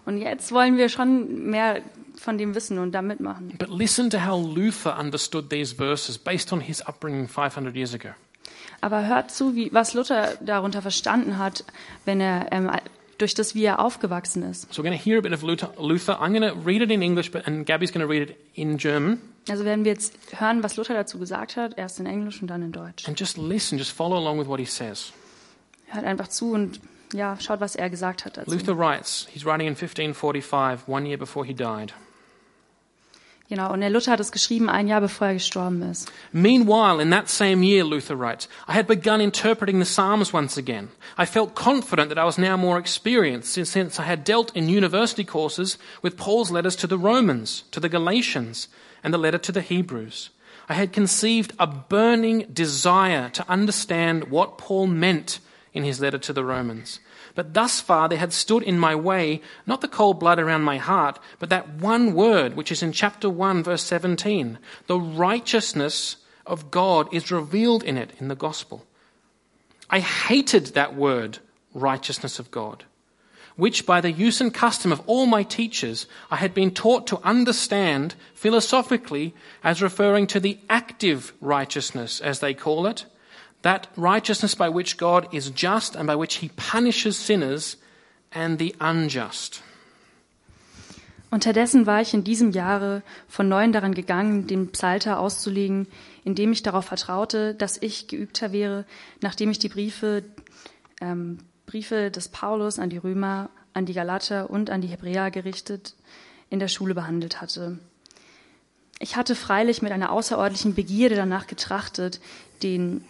Speaker 2: Und jetzt wollen wir schon mehr von dem wissen und da mitmachen.
Speaker 1: But listen to how Luther understood these verses based on his upbringing 500 years ago.
Speaker 2: Aber hört zu, wie, was Luther darunter verstanden hat, wenn er ähm, durch das, wie er aufgewachsen ist.
Speaker 1: So we're going to hear a bit of Luther. Luther. I'm going to read it in English, but, and Gabby's going to read it in German.
Speaker 2: Also werden wir jetzt hören, was Luther dazu gesagt hat, erst in Englisch und dann in Deutsch.
Speaker 1: And just listen, just follow along with what he says.
Speaker 2: Hört einfach zu und ja, schaut, was er gesagt hat dazu.
Speaker 1: Luther writes, he's writing in 1545, one year before he died.
Speaker 2: Genau, und der Luther hat es geschrieben, ein Jahr bevor er gestorben ist.
Speaker 1: Meanwhile, in that same year, Luther writes, I had begun interpreting the Psalms once again. I felt confident that I was now more experienced since- since I had dealt in university courses with Paul's letters to the Romans, to the Galatians, and the letter to the Hebrews. I had conceived a burning desire to understand what Paul meant in his letter to the Romans. But thus far there had stood in my way not the cold blood around my heart, but that one word which is in chapter 1, verse 17. The righteousness of God is revealed in it in the gospel. I hated that word, righteousness of God, which by the use and custom of all my teachers I had been taught to understand philosophically as referring to the active righteousness, as they call it, that righteousness by which God is just and by which he punishes sinners and the unjust.
Speaker 2: Unterdessen war ich in diesem Jahre von neuem daran gegangen, den Psalter auszulegen, indem ich darauf vertraute, dass ich geübter wäre, nachdem ich die Briefe, ähm, Briefe des Paulus an die Römer, an die Galater und an die Hebräer gerichtet in der Schule behandelt hatte. Ich hatte freilich mit einer außerordentlichen Begierde danach getrachtet, den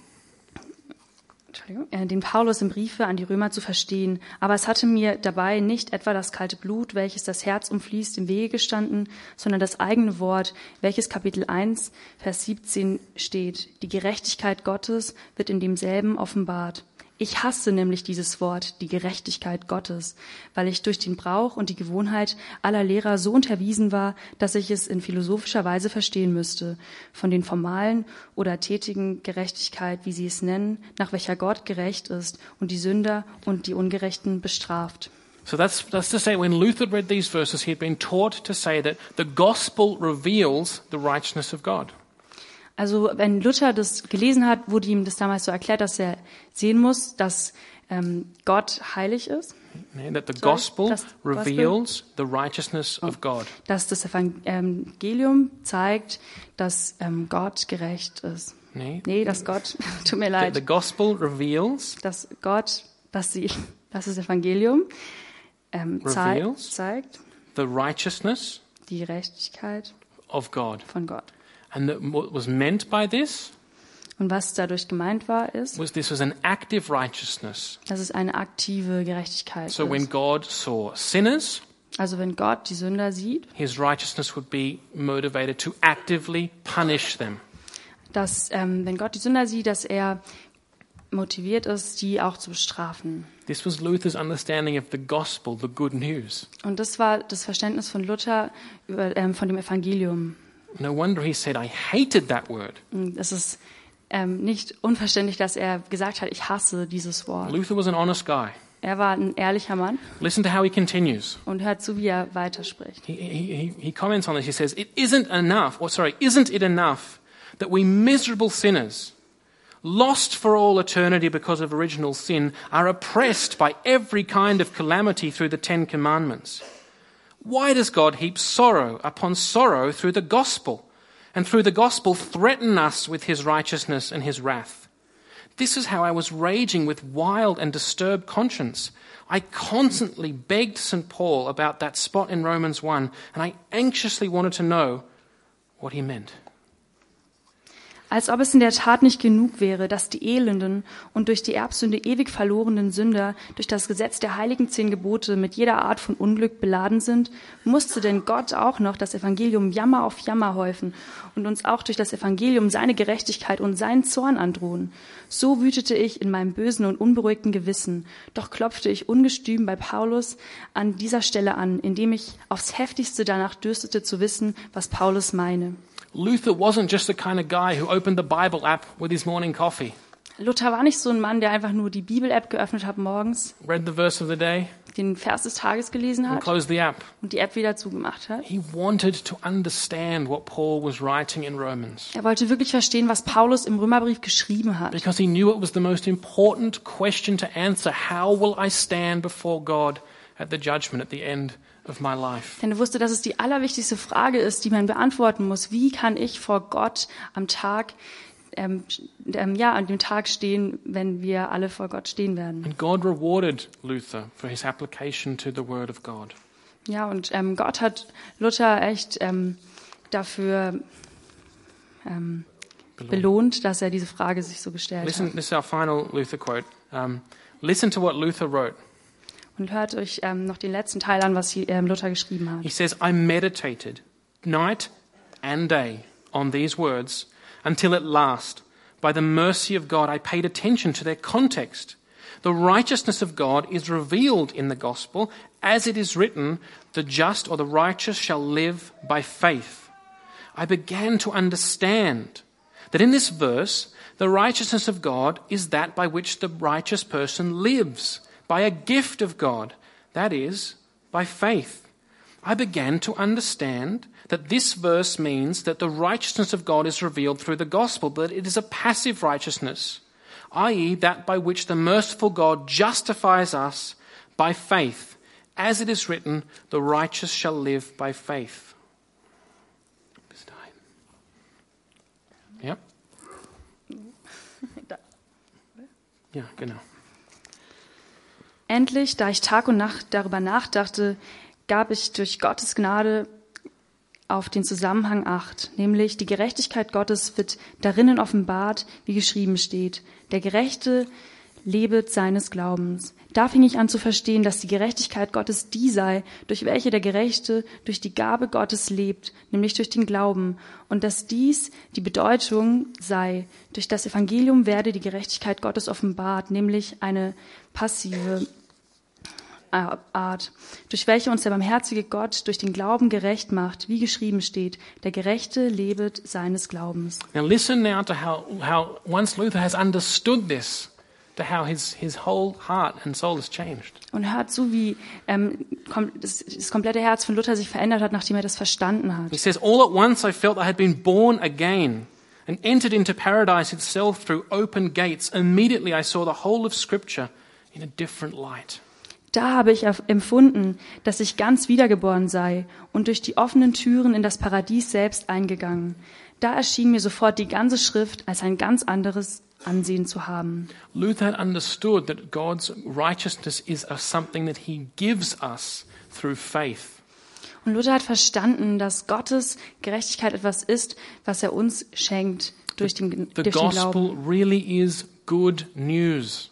Speaker 2: Entschuldigung, äh, den Paulus im Briefe an die Römer zu verstehen, aber es hatte mir dabei nicht etwa das kalte Blut, welches das Herz umfließt, im Wege gestanden, sondern das eigene Wort, welches Kapitel 1, Vers 17 steht. Die Gerechtigkeit Gottes wird in demselben offenbart. Ich hasse nämlich dieses Wort, die Gerechtigkeit Gottes, weil ich durch den Brauch und die Gewohnheit aller Lehrer so unterwiesen war, dass ich es in philosophischer Weise verstehen müsste, von den formalen oder tätigen Gerechtigkeit, wie sie es nennen, nach welcher Gott gerecht ist und die Sünder und die Ungerechten bestraft.
Speaker 1: So that's, that's to say, when Luther read these verses, he had been taught to say that the gospel reveals the righteousness of God.
Speaker 2: Also wenn Luther das gelesen hat, wurde ihm das damals so erklärt, dass er sehen muss, dass ähm, Gott heilig ist,
Speaker 1: Yeah, That the gospel
Speaker 2: that's- gospel. Oh.
Speaker 1: reveals the righteousness of God.
Speaker 2: dass das ähm, Evangelium zeigt, dass ähm, Gott gerecht ist.
Speaker 1: Nee.
Speaker 2: Nee, dass Gott, tut mir
Speaker 1: That the
Speaker 2: leid,
Speaker 1: gospel reveals
Speaker 2: dass Gott, dass sie, dass das Evangelium ähm, zeigt,
Speaker 1: Reveals?
Speaker 2: zeigt
Speaker 1: the righteousness
Speaker 2: die Gerechtigkeit
Speaker 1: of God.
Speaker 2: von Gott.
Speaker 1: And that what was meant by this
Speaker 2: Und was dadurch gemeint war, ist,
Speaker 1: was this was an active righteousness.
Speaker 2: dass es eine aktive Gerechtigkeit
Speaker 1: So when
Speaker 2: ist.
Speaker 1: God saw sinners,
Speaker 2: Also wenn Gott die Sünder sieht,
Speaker 1: his righteousness would be motivated to actively punish them.
Speaker 2: dass ähm, wenn Gott die Sünder sieht, dass er motiviert ist, die auch zu bestrafen.
Speaker 1: This was Luther's understanding of the gospel, the good news.
Speaker 2: Und das war das Verständnis von Luther über, ähm, von dem Evangelium.
Speaker 1: No wonder he said, I hated that word.
Speaker 2: Und Es ist ähm, nicht unverständlich, dass er gesagt hat, ich hasse dieses Wort.
Speaker 1: Luther was an honest guy.
Speaker 2: Er war ein ehrlicher Mann
Speaker 1: Listen to how he continues.
Speaker 2: und hört zu, wie er weiterspricht.
Speaker 1: He, he, he- he comments on this. He says, It isn't enough, or sorry, isn't it enough that we miserable sinners, lost for all eternity because of original sin, are oppressed by every kind of calamity through the Ten Commandments? Why does God heap sorrow upon sorrow through the gospel, and through the gospel threaten us with his righteousness and his wrath? This is how I was raging with wild and disturbed conscience. I constantly begged St. Paul about that spot in Romans 1, and I anxiously wanted to know what he meant.
Speaker 2: Als ob es in der Tat nicht genug wäre, dass die elenden und durch die Erbsünde ewig verlorenen Sünder durch das Gesetz der heiligen zehn Gebote mit jeder Art von Unglück beladen sind, musste denn Gott auch noch das Evangelium Jammer auf Jammer häufen und uns auch durch das Evangelium seine Gerechtigkeit und seinen Zorn androhen. So wütete ich in meinem bösen und unberuhigten Gewissen, doch klopfte ich ungestüm bei Paulus an dieser Stelle an, indem ich aufs heftigste danach dürstete zu wissen, was Paulus meine.
Speaker 1: Luther wasn't just the kind of guy who opened the Bible app with his morning coffee,
Speaker 2: Luther war nicht so ein Mann, der einfach nur die Bibel-App geöffnet hat morgens,
Speaker 1: read the verse of the day,
Speaker 2: den Vers des Tages gelesen
Speaker 1: and
Speaker 2: hat
Speaker 1: closed the app.
Speaker 2: und die App wieder zugemacht hat.
Speaker 1: He wanted to understand what Paul was writing in Romans
Speaker 2: Er wollte wirklich verstehen, was Paulus im Römerbrief geschrieben hat,
Speaker 1: because he knew it was the most important question to answer. How will I stand before God at the judgment at the end of my life?
Speaker 2: denn er wusste, dass es die allerwichtigste Frage ist, die man beantworten muss. Wie kann ich vor Gott am Tag, ähm, ähm, ja, an dem Tag stehen, wenn wir alle vor Gott stehen werden?
Speaker 1: And God rewarded Luther for his application to the Word of God.
Speaker 2: Ja, und ähm, Gott hat Luther echt ähm, dafür ähm, belohnt, dass er diese Frage sich so gestellt hat.
Speaker 1: Listen, this is our final Luther quote. Um, listen to what Luther wrote.
Speaker 2: Und hört euch ähm, noch den letzten Teil an, was hier, ähm, Luther geschrieben
Speaker 1: He
Speaker 2: hat.
Speaker 1: says, I meditated night and day on these words until at last, by the mercy of God, I paid attention to their context. The righteousness of God is revealed in the gospel, as it is written, the just or the righteous shall live by faith. I began to understand that in this verse, the righteousness of God is that by which the righteous person lives, by a gift of God, that is, by faith. I began to understand that this verse means that the righteousness of God is revealed through the gospel, but it is a passive righteousness, i.e., that by which the merciful God justifies us by faith. As it is written, the righteous shall live by faith. Bis dahin. Ja? Ja, genau.
Speaker 2: Endlich, da ich Tag und Nacht darüber nachdachte, gab ich durch Gottes Gnade auf den Zusammenhang acht, nämlich die Gerechtigkeit Gottes wird darinnen offenbart, wie geschrieben steht. Der Gerechte lebet seines Glaubens. Da fing ich an zu verstehen, dass die Gerechtigkeit Gottes die sei, durch welche der Gerechte durch die Gabe Gottes lebt, nämlich durch den Glauben, und dass dies die Bedeutung sei. Durch das Evangelium werde die Gerechtigkeit Gottes offenbart, nämlich eine passive äh, Art, durch welche uns der barmherzige Gott durch den Glauben gerecht macht, wie geschrieben steht, der Gerechte lebet seines Glaubens.
Speaker 1: Now listen now to how, how once Luther has understood this, to how his, his whole heart and soul has changed.
Speaker 2: Und hört zu, wie ähm, kom das, das komplette Herz von Luther sich verändert hat, nachdem er das verstanden
Speaker 1: He
Speaker 2: hat.
Speaker 1: says, All at once I felt I had been born again and entered into paradise itself through open gates. Immediately I saw the whole of Scripture in a different light.
Speaker 2: Da habe ich erf- empfunden, dass ich ganz wiedergeboren sei und durch die offenen Türen in das Paradies selbst eingegangen. Da erschien mir sofort die ganze Schrift als ein ganz anderes Ansehen zu haben.
Speaker 1: Luther had understood that God's righteousness is a something that he gives us through faith.
Speaker 2: Und Luther hat verstanden, dass Gottes Gerechtigkeit etwas ist, was er uns schenkt durch den,
Speaker 1: The
Speaker 2: durch den Glauben.
Speaker 1: gospel really is good news.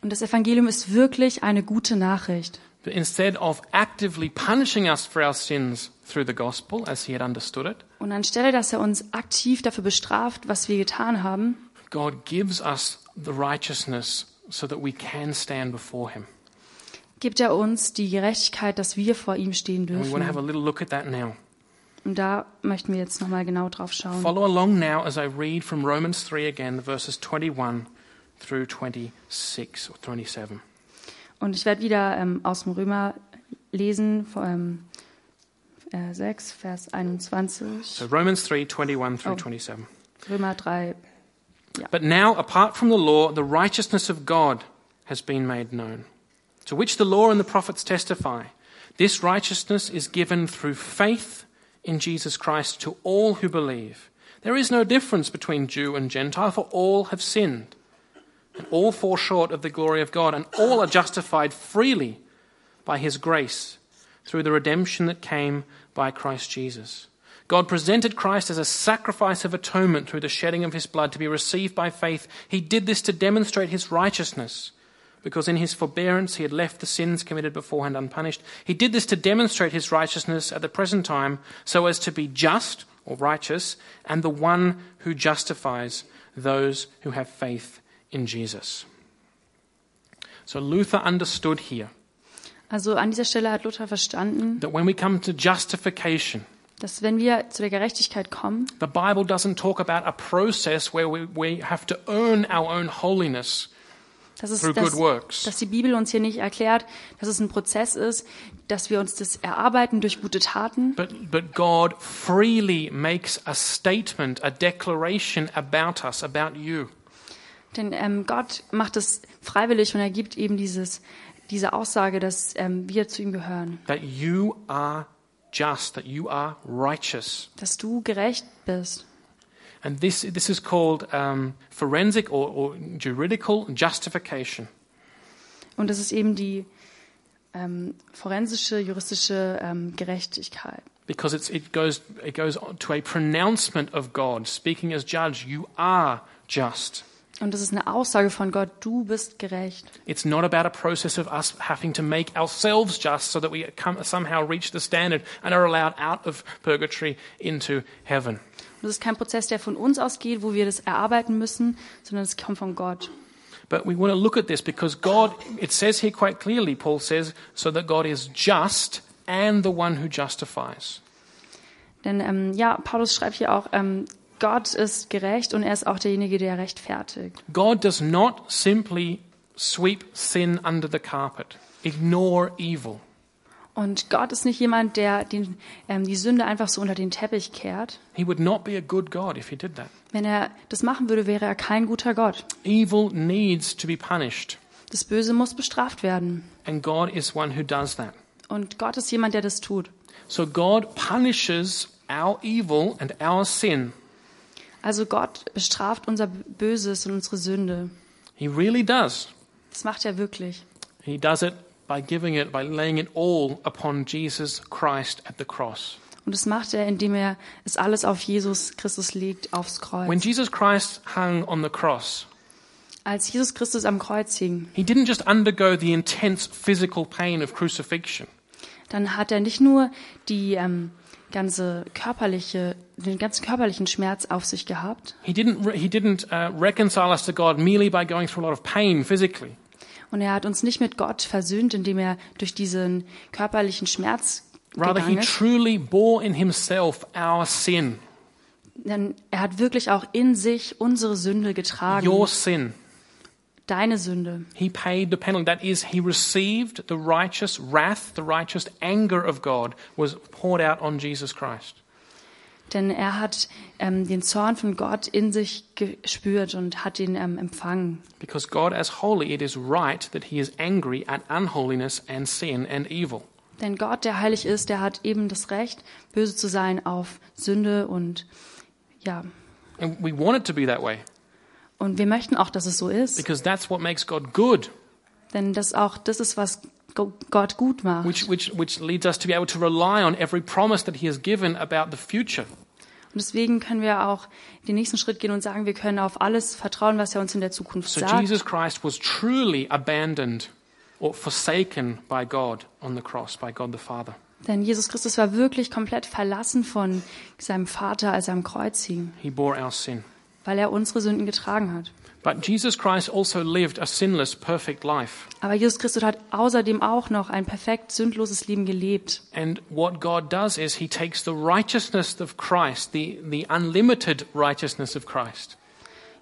Speaker 2: Und das Evangelium ist wirklich eine gute Nachricht.
Speaker 1: But instead of actively punishing us for our sins through the gospel, as he had understood it,
Speaker 2: Und anstelle, dass er uns aktiv dafür bestraft, was wir getan haben,
Speaker 1: God gives us the righteousness so that we can stand before him.
Speaker 2: gibt er uns die Gerechtigkeit, dass wir vor ihm stehen
Speaker 1: And we want to have
Speaker 2: dürfen.
Speaker 1: a little look at that now.
Speaker 2: Und da möchten wir jetzt nochmal genau drauf schauen.
Speaker 1: Follow along now as I read from Romans 3 again, verses 21 through 26 or 27.
Speaker 2: Und ich werde wieder ähm, aus dem Römer lesen, vor, ähm, äh, 6, Vers 21,
Speaker 1: So Romans 3 21 through
Speaker 2: Oh.
Speaker 1: 27.
Speaker 2: Römer 3.
Speaker 1: But now, apart from the law, the righteousness of God has been made known, to which the law and the prophets testify. This righteousness is given through faith in Jesus Christ to all who believe. There is no difference between Jew and Gentile, for all have sinned, and all fall short of the glory of God, and all are justified freely by his grace through the redemption that came by Christ Jesus. God presented Christ as a sacrifice of atonement through the shedding of his blood to be received by faith. He did this to demonstrate his righteousness, because in his forbearance he had left the sins committed beforehand unpunished. He did this to demonstrate his righteousness at the present time, so as to be just or righteous and the one who justifies those who have faith in Jesus. So Luther understood here
Speaker 2: Also an dieser Stelle hat Luther verstanden,
Speaker 1: that when we come to justification,
Speaker 2: dass wenn wir zu der Gerechtigkeit kommen,
Speaker 1: the Bible doesn't talk about a process where we, we have to earn our own holiness.
Speaker 2: dass, es,
Speaker 1: Through
Speaker 2: dass,
Speaker 1: good works.
Speaker 2: dass die Bibel uns hier nicht erklärt, dass es ein Prozess ist, dass wir uns das erarbeiten durch gute Taten,
Speaker 1: But, but God freely makes a statement, a declaration about us, about you.
Speaker 2: denn ähm, Gott macht es freiwillig und er gibt eben dieses, diese Aussage, dass ähm, wir zu ihm gehören,
Speaker 1: That you are just, that you are righteous.
Speaker 2: dass du gerecht bist.
Speaker 1: And this, this is called um, forensic or, or juridical justification.
Speaker 2: Und das ist eben die ähm, forensische, juristische ähm, Gerechtigkeit.
Speaker 1: Because it's, it, goes, it goes on to a pronouncement of God, speaking as judge, you are just.
Speaker 2: Und das ist eine Aussage von Gott, du bist gerecht.
Speaker 1: It's not about a process of us having to make ourselves just so that we come, somehow reach the standard and are allowed out of purgatory into heaven.
Speaker 2: Und das ist kein Prozess, der von uns ausgeht, wo wir das erarbeiten müssen, sondern es kommt von Gott.
Speaker 1: But we want to look at this because God, it says here quite clearly, Paul says, so that God is just and the one who justifies.
Speaker 2: Denn ähm, ja, Paulus schreibt hier auch, ähm, Gott ist gerecht und er ist auch derjenige, der rechtfertigt.
Speaker 1: God does not simply sweep sin under the carpet, ignore evil.
Speaker 2: Und Gott ist nicht jemand, der den, ähm, die Sünde einfach so unter den Teppich kehrt.
Speaker 1: He would not be a good God if he did that.
Speaker 2: Wenn er das machen würde, wäre er kein guter Gott.
Speaker 1: Evil needs to be punished,
Speaker 2: Das Böse muss bestraft werden.
Speaker 1: and God is one who does that.
Speaker 2: Und Gott ist jemand, der das tut.
Speaker 1: So God punishes our evil and our sin.
Speaker 2: Also Gott bestraft unser Böses und unsere Sünde.
Speaker 1: He really does.
Speaker 2: Das macht er wirklich.
Speaker 1: He does it by giving it, by laying it all upon Jesus Christ at the cross.
Speaker 2: Und das macht er, indem er es alles auf Jesus Christus legt, aufs
Speaker 1: When
Speaker 2: Kreuz.
Speaker 1: Jesus Christ hung on the cross,
Speaker 2: Als Jesus Christus am Kreuz hing,
Speaker 1: he didn't just undergo the intense physical pain of crucifixion.
Speaker 2: dann hat er nicht nur die ähm, ganze körperliche, den ganzen körperlichen Schmerz auf sich gehabt
Speaker 1: He didn't, re- he didn't uh, reconcile us to God merely by going through a lot of pain physically.
Speaker 2: und er hat uns nicht mit Gott versöhnt, indem er durch diesen körperlichen Schmerz
Speaker 1: Rather, he
Speaker 2: gegangen ist,
Speaker 1: truly bore in himself our sin,
Speaker 2: denn er hat wirklich auch in sich unsere Sünde getragen,
Speaker 1: your sin.
Speaker 2: deine Sünde.
Speaker 1: He paid the penalty. That is, he received the righteous wrath, the righteous anger of God was poured out on Jesus Christ.
Speaker 2: Denn er hat ähm, den Zorn von Gott in sich gespürt und hat ihn ähm, empfangen.
Speaker 1: Because God, as holy, it is right that he is angry at unholiness and sin and evil.
Speaker 2: Denn Gott, der heilig ist, der hat eben das Recht, böse zu sein auf Sünde und ja.
Speaker 1: And we want it to be that way
Speaker 2: Und wir möchten auch, dass es so ist.
Speaker 1: because that's what makes God good,
Speaker 2: Denn das auch, das ist, was Go- Gott gut macht.
Speaker 1: which, which, which leads us to be able to rely on every promise that he has given about the future.
Speaker 2: Und deswegen können wir auch den nächsten Schritt gehen und sagen, wir können auf alles vertrauen, was er uns in der Zukunft
Speaker 1: So
Speaker 2: sagt.
Speaker 1: Jesus Christ was truly abandoned or forsaken by God on the cross, by God the Father.
Speaker 2: Denn Jesus Christus war wirklich komplett verlassen von seinem Vater, als er am Kreuz hing,
Speaker 1: He bore our sin.
Speaker 2: weil er unsere Sünden getragen hat.
Speaker 1: But Jesus Christ also lived a sinless, perfect life.
Speaker 2: Aber Jesus Christus hat außerdem auch noch ein perfekt sündloses Leben gelebt.
Speaker 1: And what God does is he takes the righteousness of Christ, the, the unlimited righteousness of Christ,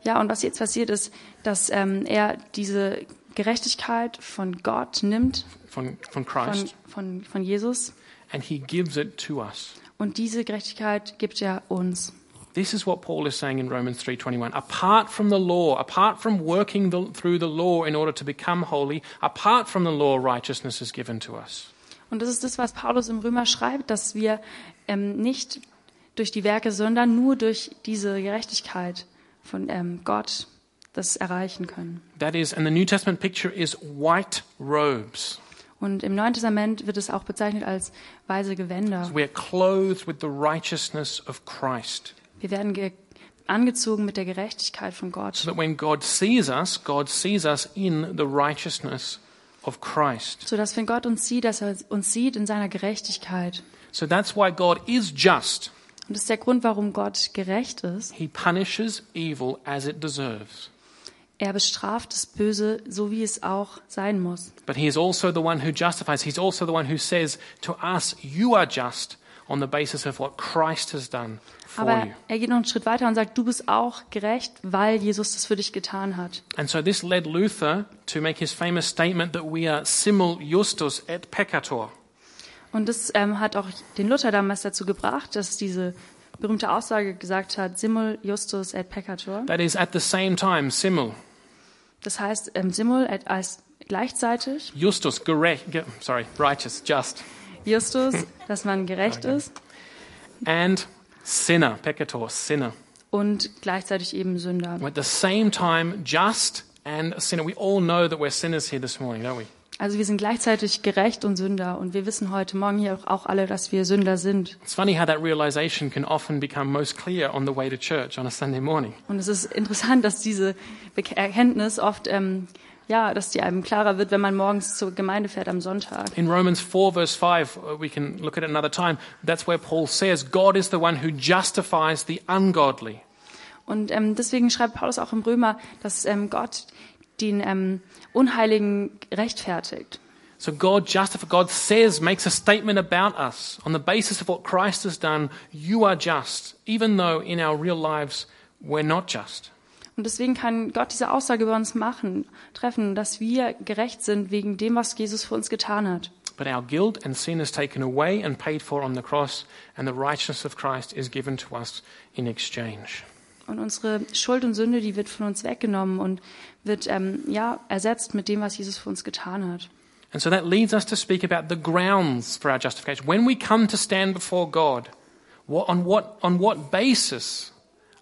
Speaker 2: Ja, und was jetzt passiert ist, dass ähm, er diese Gerechtigkeit von Gott nimmt,
Speaker 1: from, from
Speaker 2: von,
Speaker 1: Christ,
Speaker 2: von, von Jesus,
Speaker 1: and he gives it to us.
Speaker 2: und diese Gerechtigkeit gibt er uns.
Speaker 1: This is what Paul is saying in Romans 3:21. Apart from the law, apart from working the, through the law in order to become holy, apart from the law righteousness is given to us.
Speaker 2: Und das ist das, was Paulus im Römer schreibt, dass wir ähm, nicht durch die Werke, sondern nur durch diese Gerechtigkeit von ähm, Gott das erreichen können.
Speaker 1: That is, and the New Testament picture is white robes.
Speaker 2: Und im Neuen Testament wird es auch bezeichnet als weise Gewänder.
Speaker 1: We are clothed with the righteousness of Christ.
Speaker 2: Wir werden ge angezogen mit der Gerechtigkeit von
Speaker 1: So
Speaker 2: Gott,
Speaker 1: that when God sees us, God sees us in the righteousness of Christ.
Speaker 2: sodass wenn Gott uns sieht, dass er uns sieht in seiner Gerechtigkeit.
Speaker 1: So that's why God is just.
Speaker 2: Und das ist der Grund, warum Gott gerecht ist.
Speaker 1: He punishes evil as it deserves.
Speaker 2: Er bestraft das Böse, so wie es auch sein muss.
Speaker 1: But he is also the one who justifies. He's also the one who says to us, You are just on the basis of what Christ has done for
Speaker 2: Aber
Speaker 1: you.
Speaker 2: er geht noch einen Schritt weiter und sagt, du bist auch gerecht, weil Jesus das für dich getan hat.
Speaker 1: And so this led Luther to make his famous statement that we are simul justus et peccator.
Speaker 2: Und das ähm, hat auch den Luther damals dazu gebracht, dass diese berühmte Aussage gesagt hat, simul justus et peccator.
Speaker 1: That is, at the same time, simul.
Speaker 2: Das heißt, ähm, simul et als gleichzeitig,
Speaker 1: Justus, gerecht, ge- sorry, righteous, just.
Speaker 2: justus, dass man gerecht ist
Speaker 1: And sinner, peccator, sinner.
Speaker 2: und gleichzeitig eben Sünder.
Speaker 1: At the same time, just and sinner. We all know that we're sinners here this morning, don't we?
Speaker 2: Also wir sind gleichzeitig gerecht und Sünder und wir wissen heute Morgen hier auch, auch alle, dass wir Sünder sind.
Speaker 1: It's funny how that realization can often become most clear on the way to church on a Sunday morning.
Speaker 2: Und es ist interessant, dass diese Bek- Erkenntnis oft, ähm, ja, dass die einem klarer wird, wenn man morgens zur Gemeinde fährt am Sonntag.
Speaker 1: In Romans 4, verse 5, uh, we can look at it another time. That's where Paul says, God is the one who justifies the ungodly.
Speaker 2: Und ähm, deswegen schreibt Paulus auch im Römer, dass ähm, Gott den ähm, Unheiligen rechtfertigt.
Speaker 1: So God justifies, God says, makes a statement about us on the basis of what Christ has done. You are just, even though in our real lives we're not just.
Speaker 2: Und deswegen kann Gott diese Aussage über uns machen, treffen, dass wir gerecht sind wegen dem, was Jesus für uns getan hat.
Speaker 1: But our guilt and sin is taken away and paid for on the cross, and the righteousness of Christ is given to us in exchange.
Speaker 2: Und unsere Schuld und Sünde, die wird von uns weggenommen und wird ähm, ja ersetzt mit dem, was Jesus für uns getan hat.
Speaker 1: And so that leads us to speak about the grounds for our justification. When we come to stand before God, what, on, what, on what basis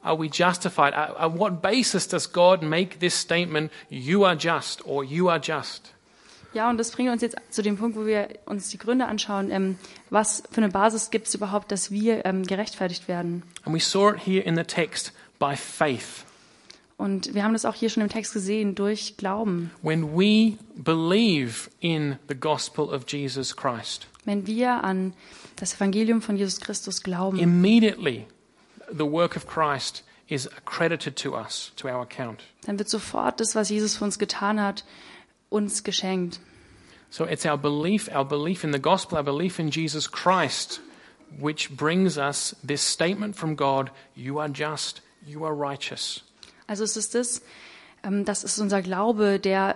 Speaker 1: are we justified? Uh, On what basis does God make this statement, you are just or you are just?
Speaker 2: Ja, und das bringt uns jetzt zu dem Punkt, wo wir uns die Gründe anschauen. Ähm, was für eine Basis gibt es überhaupt, dass wir ähm, gerechtfertigt werden?
Speaker 1: And we saw it here in the text by faith.
Speaker 2: Und wir haben das auch hier schon im Text gesehen, durch Glauben.
Speaker 1: When we believe in the gospel of Jesus Christ,
Speaker 2: Wenn wir an das Evangelium von Jesus Christus glauben,
Speaker 1: immediately the work of Christ is accredited to us, to our account.
Speaker 2: dann wird sofort das, was Jesus für uns getan hat, uns geschenkt.
Speaker 1: So it's our belief, our belief in the gospel, our belief in Jesus Christ, which brings us this statement from God you are just, you are righteous.
Speaker 2: Also es ist das, ähm, das ist unser Glaube, der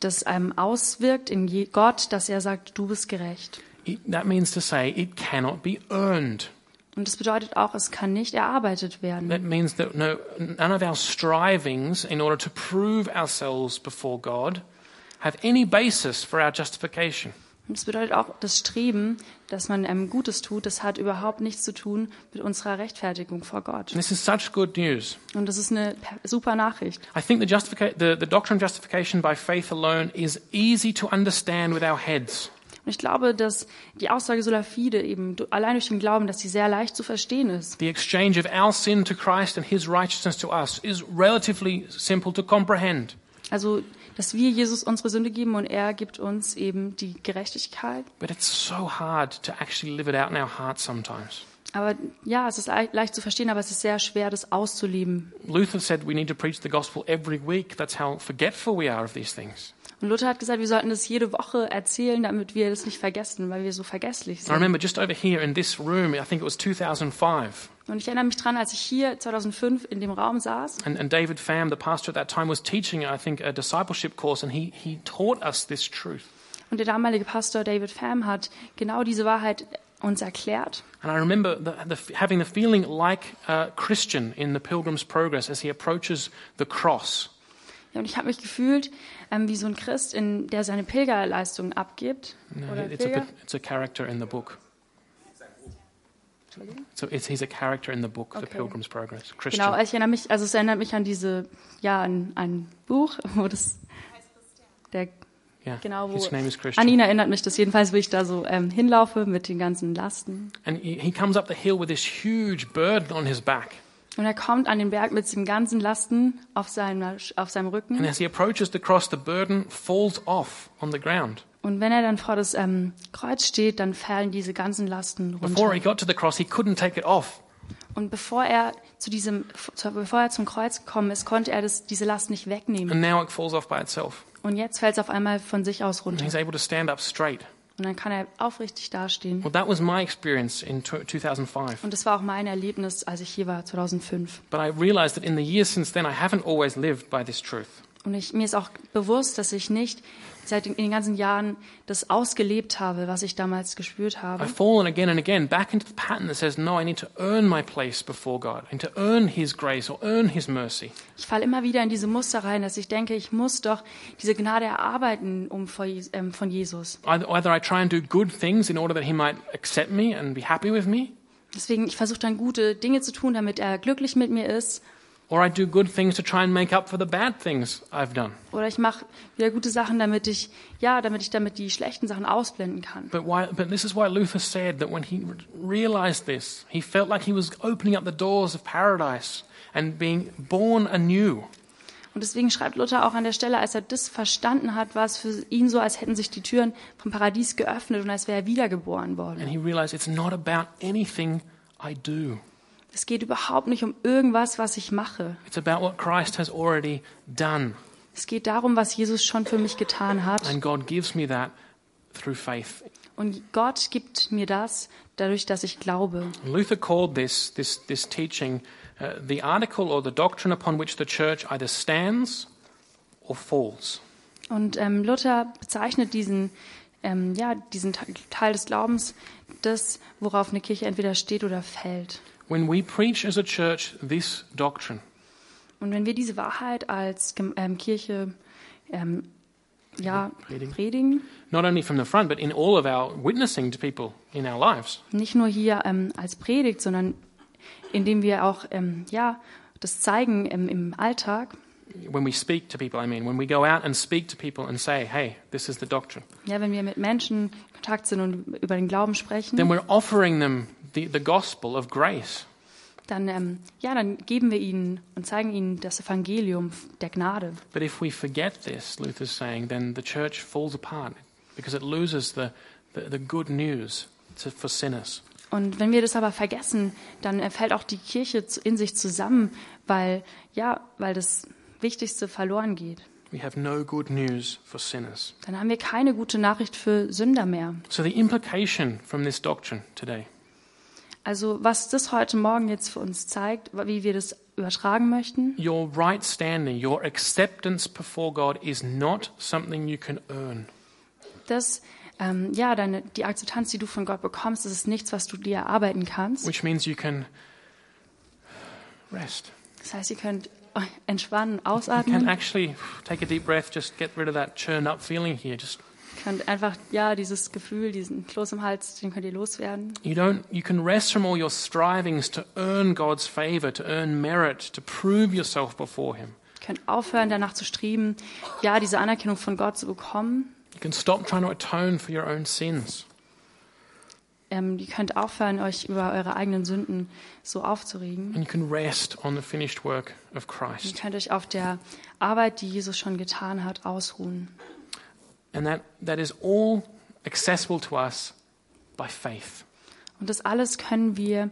Speaker 2: das einem auswirkt in Je- Gott, dass er sagt, du bist gerecht.
Speaker 1: It, that means to say it cannot be earned.
Speaker 2: Und das bedeutet auch, es kann nicht erarbeitet werden.
Speaker 1: That means that no, none of our strivings in order to prove ourselves before God have any basis for our justification.
Speaker 2: Und das bedeutet auch, das Streben, dass man einem Gutes tut, das hat überhaupt nichts zu tun mit unserer Rechtfertigung vor
Speaker 1: And
Speaker 2: Gott.
Speaker 1: this is such good news.
Speaker 2: Und das ist eine per- super Nachricht.
Speaker 1: I think the, justifica- the, the doctrine of justification by faith alone is easy to understand with our heads.
Speaker 2: Und ich glaube, dass die Aussage sola fide eben du- allein durch den Glauben, dass sie sehr leicht zu verstehen ist.
Speaker 1: The exchange of our sin to Christ and his righteousness to us is relatively simple to comprehend.
Speaker 2: Also dass wir Jesus unsere Sünde geben und er gibt uns eben die Gerechtigkeit.
Speaker 1: But it's so hard to actually live it out in our hearts sometimes.
Speaker 2: Aber ja, es ist le- leicht zu verstehen, aber es ist sehr schwer, das auszuleben.
Speaker 1: Luther said we need to preach the gospel every week. That's how forgetful we are of these things.
Speaker 2: Und Luther hat gesagt, wir sollten das jede Woche erzählen, damit wir das nicht vergessen, weil wir so vergesslich
Speaker 1: I
Speaker 2: sind.
Speaker 1: remember just over here in this room, I think it was 2005,
Speaker 2: Und ich erinnere mich dran, als ich hier 2005 in dem Raum saß
Speaker 1: and, and David Pham, the pastor at that time, was teaching, I think, a discipleship course, and he, he taught us this truth.
Speaker 2: und der damalige Pastor David Pham hat genau diese Wahrheit uns erklärt.
Speaker 1: And I remember the, the, having the feeling like a Christian in the Pilgrim's Progress as he approaches the cross.
Speaker 2: Ja, und ich habe mich gefühlt ähm, wie so ein Christ, in, der seine Pilgerleistung abgibt. Oder
Speaker 1: It's a,
Speaker 2: Pilger.
Speaker 1: it's a character in the book. So it's, he's a character in the book, The
Speaker 2: Okay.
Speaker 1: Pilgrim's Progress. Christian.
Speaker 2: Genau, ich erinnere mich, also es erinnert mich an diese, ja, an ein Buch, wo das, der,
Speaker 1: yeah.
Speaker 2: genau, wo,
Speaker 1: His name is
Speaker 2: an
Speaker 1: Christian.
Speaker 2: ihn erinnert mich das jedenfalls, wo ich da so ähm, hinlaufe mit den ganzen Lasten.
Speaker 1: And he he comes up the hill with this huge burden on his back.
Speaker 2: Und er kommt an den Berg mit den ganzen Lasten auf, seiner, auf seinem
Speaker 1: And
Speaker 2: Rücken.
Speaker 1: as he approaches the cross, the burden falls off on the ground.
Speaker 2: Und wenn er dann vor das ähm, Kreuz steht, dann fallen diese ganzen Lasten
Speaker 1: Before
Speaker 2: runter.
Speaker 1: he got to the cross, he couldn't take it off.
Speaker 2: Und bevor er zu diesem, zu, bevor er zum Kreuz gekommen ist, konnte er das, diese Last nicht wegnehmen.
Speaker 1: And now it falls off by itself.
Speaker 2: Und jetzt fällt es auf einmal von sich aus runter.
Speaker 1: He's able to stand up straight.
Speaker 2: Und dann kann er aufrichtig dastehen.
Speaker 1: Well, that was my experience in tw 2005.
Speaker 2: Und das war auch mein Erlebnis, als ich hier war, 2005.
Speaker 1: But I realized that in the years since then, I haven't always lived by this truth.
Speaker 2: Und ich, mir ist auch bewusst, dass ich nicht seit den, in den ganzen Jahren das ausgelebt habe, was ich damals gespürt habe.
Speaker 1: I've fallen again and again back into the pattern that says, no, I need to earn my place before God and to earn His grace or earn His mercy.
Speaker 2: Ich falle immer wieder in diese Muster rein, dass ich denke, ich muss doch diese Gnade erarbeiten um vor, Je- ähm, von Jesus.
Speaker 1: Either, either I try and do good things in order that He might accept me and be happy with me,
Speaker 2: Deswegen, ich versuche dann gute Dinge zu tun, damit er glücklich mit mir ist.
Speaker 1: or I do good things to try and make up for the bad things I've done.
Speaker 2: Oder ich mache wieder gute Sachen, damit ich, ja, damit ich damit die schlechten Sachen ausblenden kann.
Speaker 1: But, why, but this is why Luther said that when he re- realized this, he felt like he was opening up the doors of paradise and being born anew.
Speaker 2: Und deswegen schreibt Luther auch an der Stelle, als er das verstanden hat, war es für ihn so, als hätten sich die Türen vom Paradies geöffnet und als wäre er wiedergeboren worden.
Speaker 1: And he realized it's not about anything I do,
Speaker 2: Es geht überhaupt nicht um irgendwas, was ich mache.
Speaker 1: it's about what Christ has already done.
Speaker 2: Es geht darum, was Jesus schon für mich getan hat.
Speaker 1: And God gives me that through faith.
Speaker 2: Und Gott gibt mir das dadurch, dass ich glaube.
Speaker 1: Luther called this, this, this teaching uh, the article or the doctrine upon which the church either stands or falls.
Speaker 2: Und ähm, Luther bezeichnet diesen, ähm, ja, diesen Te- Teil des Glaubens, das, worauf eine Kirche entweder steht oder fällt.
Speaker 1: When we preach as a church this doctrine,
Speaker 2: Und wenn wir diese Wahrheit als Gem- ähm, Kirche ähm, ja,
Speaker 1: Predigen.
Speaker 2: predigen,
Speaker 1: not only from the front, but in all of our witnessing to people in our lives,
Speaker 2: nicht nur hier ähm, als Predigt, sondern indem wir auch ähm, ja, das zeigen ähm, im Alltag,
Speaker 1: when we speak to people, I mean, when we go out and speak to people and say, hey, this is the doctrine,
Speaker 2: ja, wenn wir mit Menschen in Kontakt sind und über den Glauben
Speaker 1: then
Speaker 2: sprechen,
Speaker 1: we're offering them the, the gospel of grace.
Speaker 2: dann, ähm, ja, dann geben wir ihnen und zeigen ihnen das Evangelium der Gnade.
Speaker 1: But if we forget this, Luther's saying, then the church falls apart because it loses the, the, the good news to, for sinners.
Speaker 2: Und wenn wir das aber vergessen, dann äh, fällt auch die Kirche zu- in sich zusammen, weil, ja, weil das Wichtigste verloren geht.
Speaker 1: We have no good news for sinners.
Speaker 2: Dann haben wir keine gute Nachricht für Sünder mehr.
Speaker 1: So, the implication from this doctrine today
Speaker 2: Also was das heute Morgen jetzt für uns zeigt, wie wir das übertragen möchten,
Speaker 1: your right standing, your acceptance before God is not something you can earn.
Speaker 2: dass ähm, ja, deine, die Akzeptanz, die du von Gott bekommst, das ist nichts, was du dir erarbeiten kannst.
Speaker 1: which means you can rest.
Speaker 2: Das heißt, ihr könnt entspannen,
Speaker 1: You can
Speaker 2: ausatmen,
Speaker 1: actually take a deep breath, just get rid of that churned up feeling here. Just
Speaker 2: könnt einfach ja dieses Gefühl, diesen Kloß im Hals, den könnt ihr loswerden.
Speaker 1: you don't you can rest from all your strivings to earn God's favor, to earn merit, to prove yourself before him.
Speaker 2: Ihr könnt aufhören, danach zu streben, ja diese Anerkennung von Gott zu bekommen.
Speaker 1: You can stop trying to atone for your own sins.
Speaker 2: ähm, ihr könnt aufhören, euch über eure eigenen Sünden so aufzuregen.
Speaker 1: and you can rest on the finished work of
Speaker 2: Ihr
Speaker 1: Christ.
Speaker 2: könnt euch auf der Arbeit, die Jesus schon getan hat, ausruhen.
Speaker 1: And that, that is all accessible to us by faith.
Speaker 2: Und das alles können wir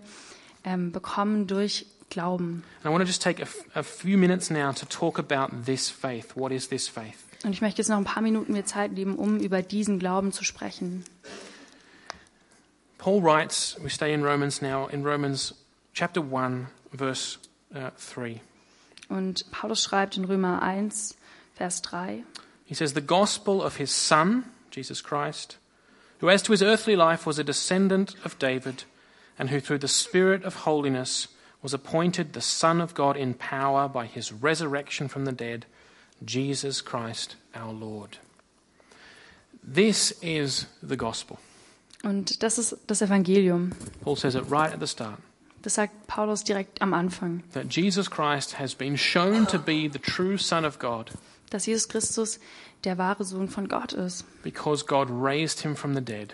Speaker 2: ähm, bekommen durch Glauben.
Speaker 1: And I want to just take a, f- a few minutes now to talk about this faith. What is this faith?
Speaker 2: Und ich möchte jetzt noch ein paar Minuten mir Zeit geben, um über diesen Glauben zu sprechen.
Speaker 1: Paul writes, we stay in Romans now, in Romans chapter 1, verse uh, 3.
Speaker 2: Und Paulus schreibt in Römer 1, Vers 3,
Speaker 1: He says, The gospel of his Son, Jesus Christ, who as to his earthly life was a descendant of David, and who through the Spirit of holiness was appointed the Son of God in power by his resurrection from the dead, Jesus Christ our Lord. This is the gospel.
Speaker 2: Und das ist das Evangelium.
Speaker 1: Paul says it right at the start
Speaker 2: Das sagt Paulus direkt am Anfang,
Speaker 1: that Jesus Christ has been shown to be the true Son of God
Speaker 2: dass Jesus Christus der wahre Sohn von Gott ist,
Speaker 1: because God raised him from the dead.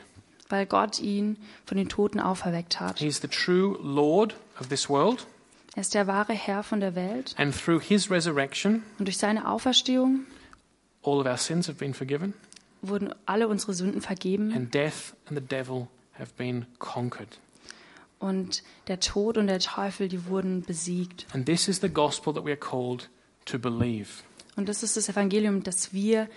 Speaker 2: weil Gott ihn von den Toten auferweckt hat.
Speaker 1: He's the true Lord of this world.
Speaker 2: Er ist der wahre Herr von der Welt
Speaker 1: And through his resurrection,
Speaker 2: und durch seine Auferstehung
Speaker 1: all of our sins have been forgiven,
Speaker 2: wurden alle unsere Sünden vergeben
Speaker 1: and death and the devil have been conquered.
Speaker 2: und der Tod und der Teufel, die wurden besiegt.
Speaker 1: And this is the gospel that we are called to believe.
Speaker 2: Und das ist das Evangelium, das wir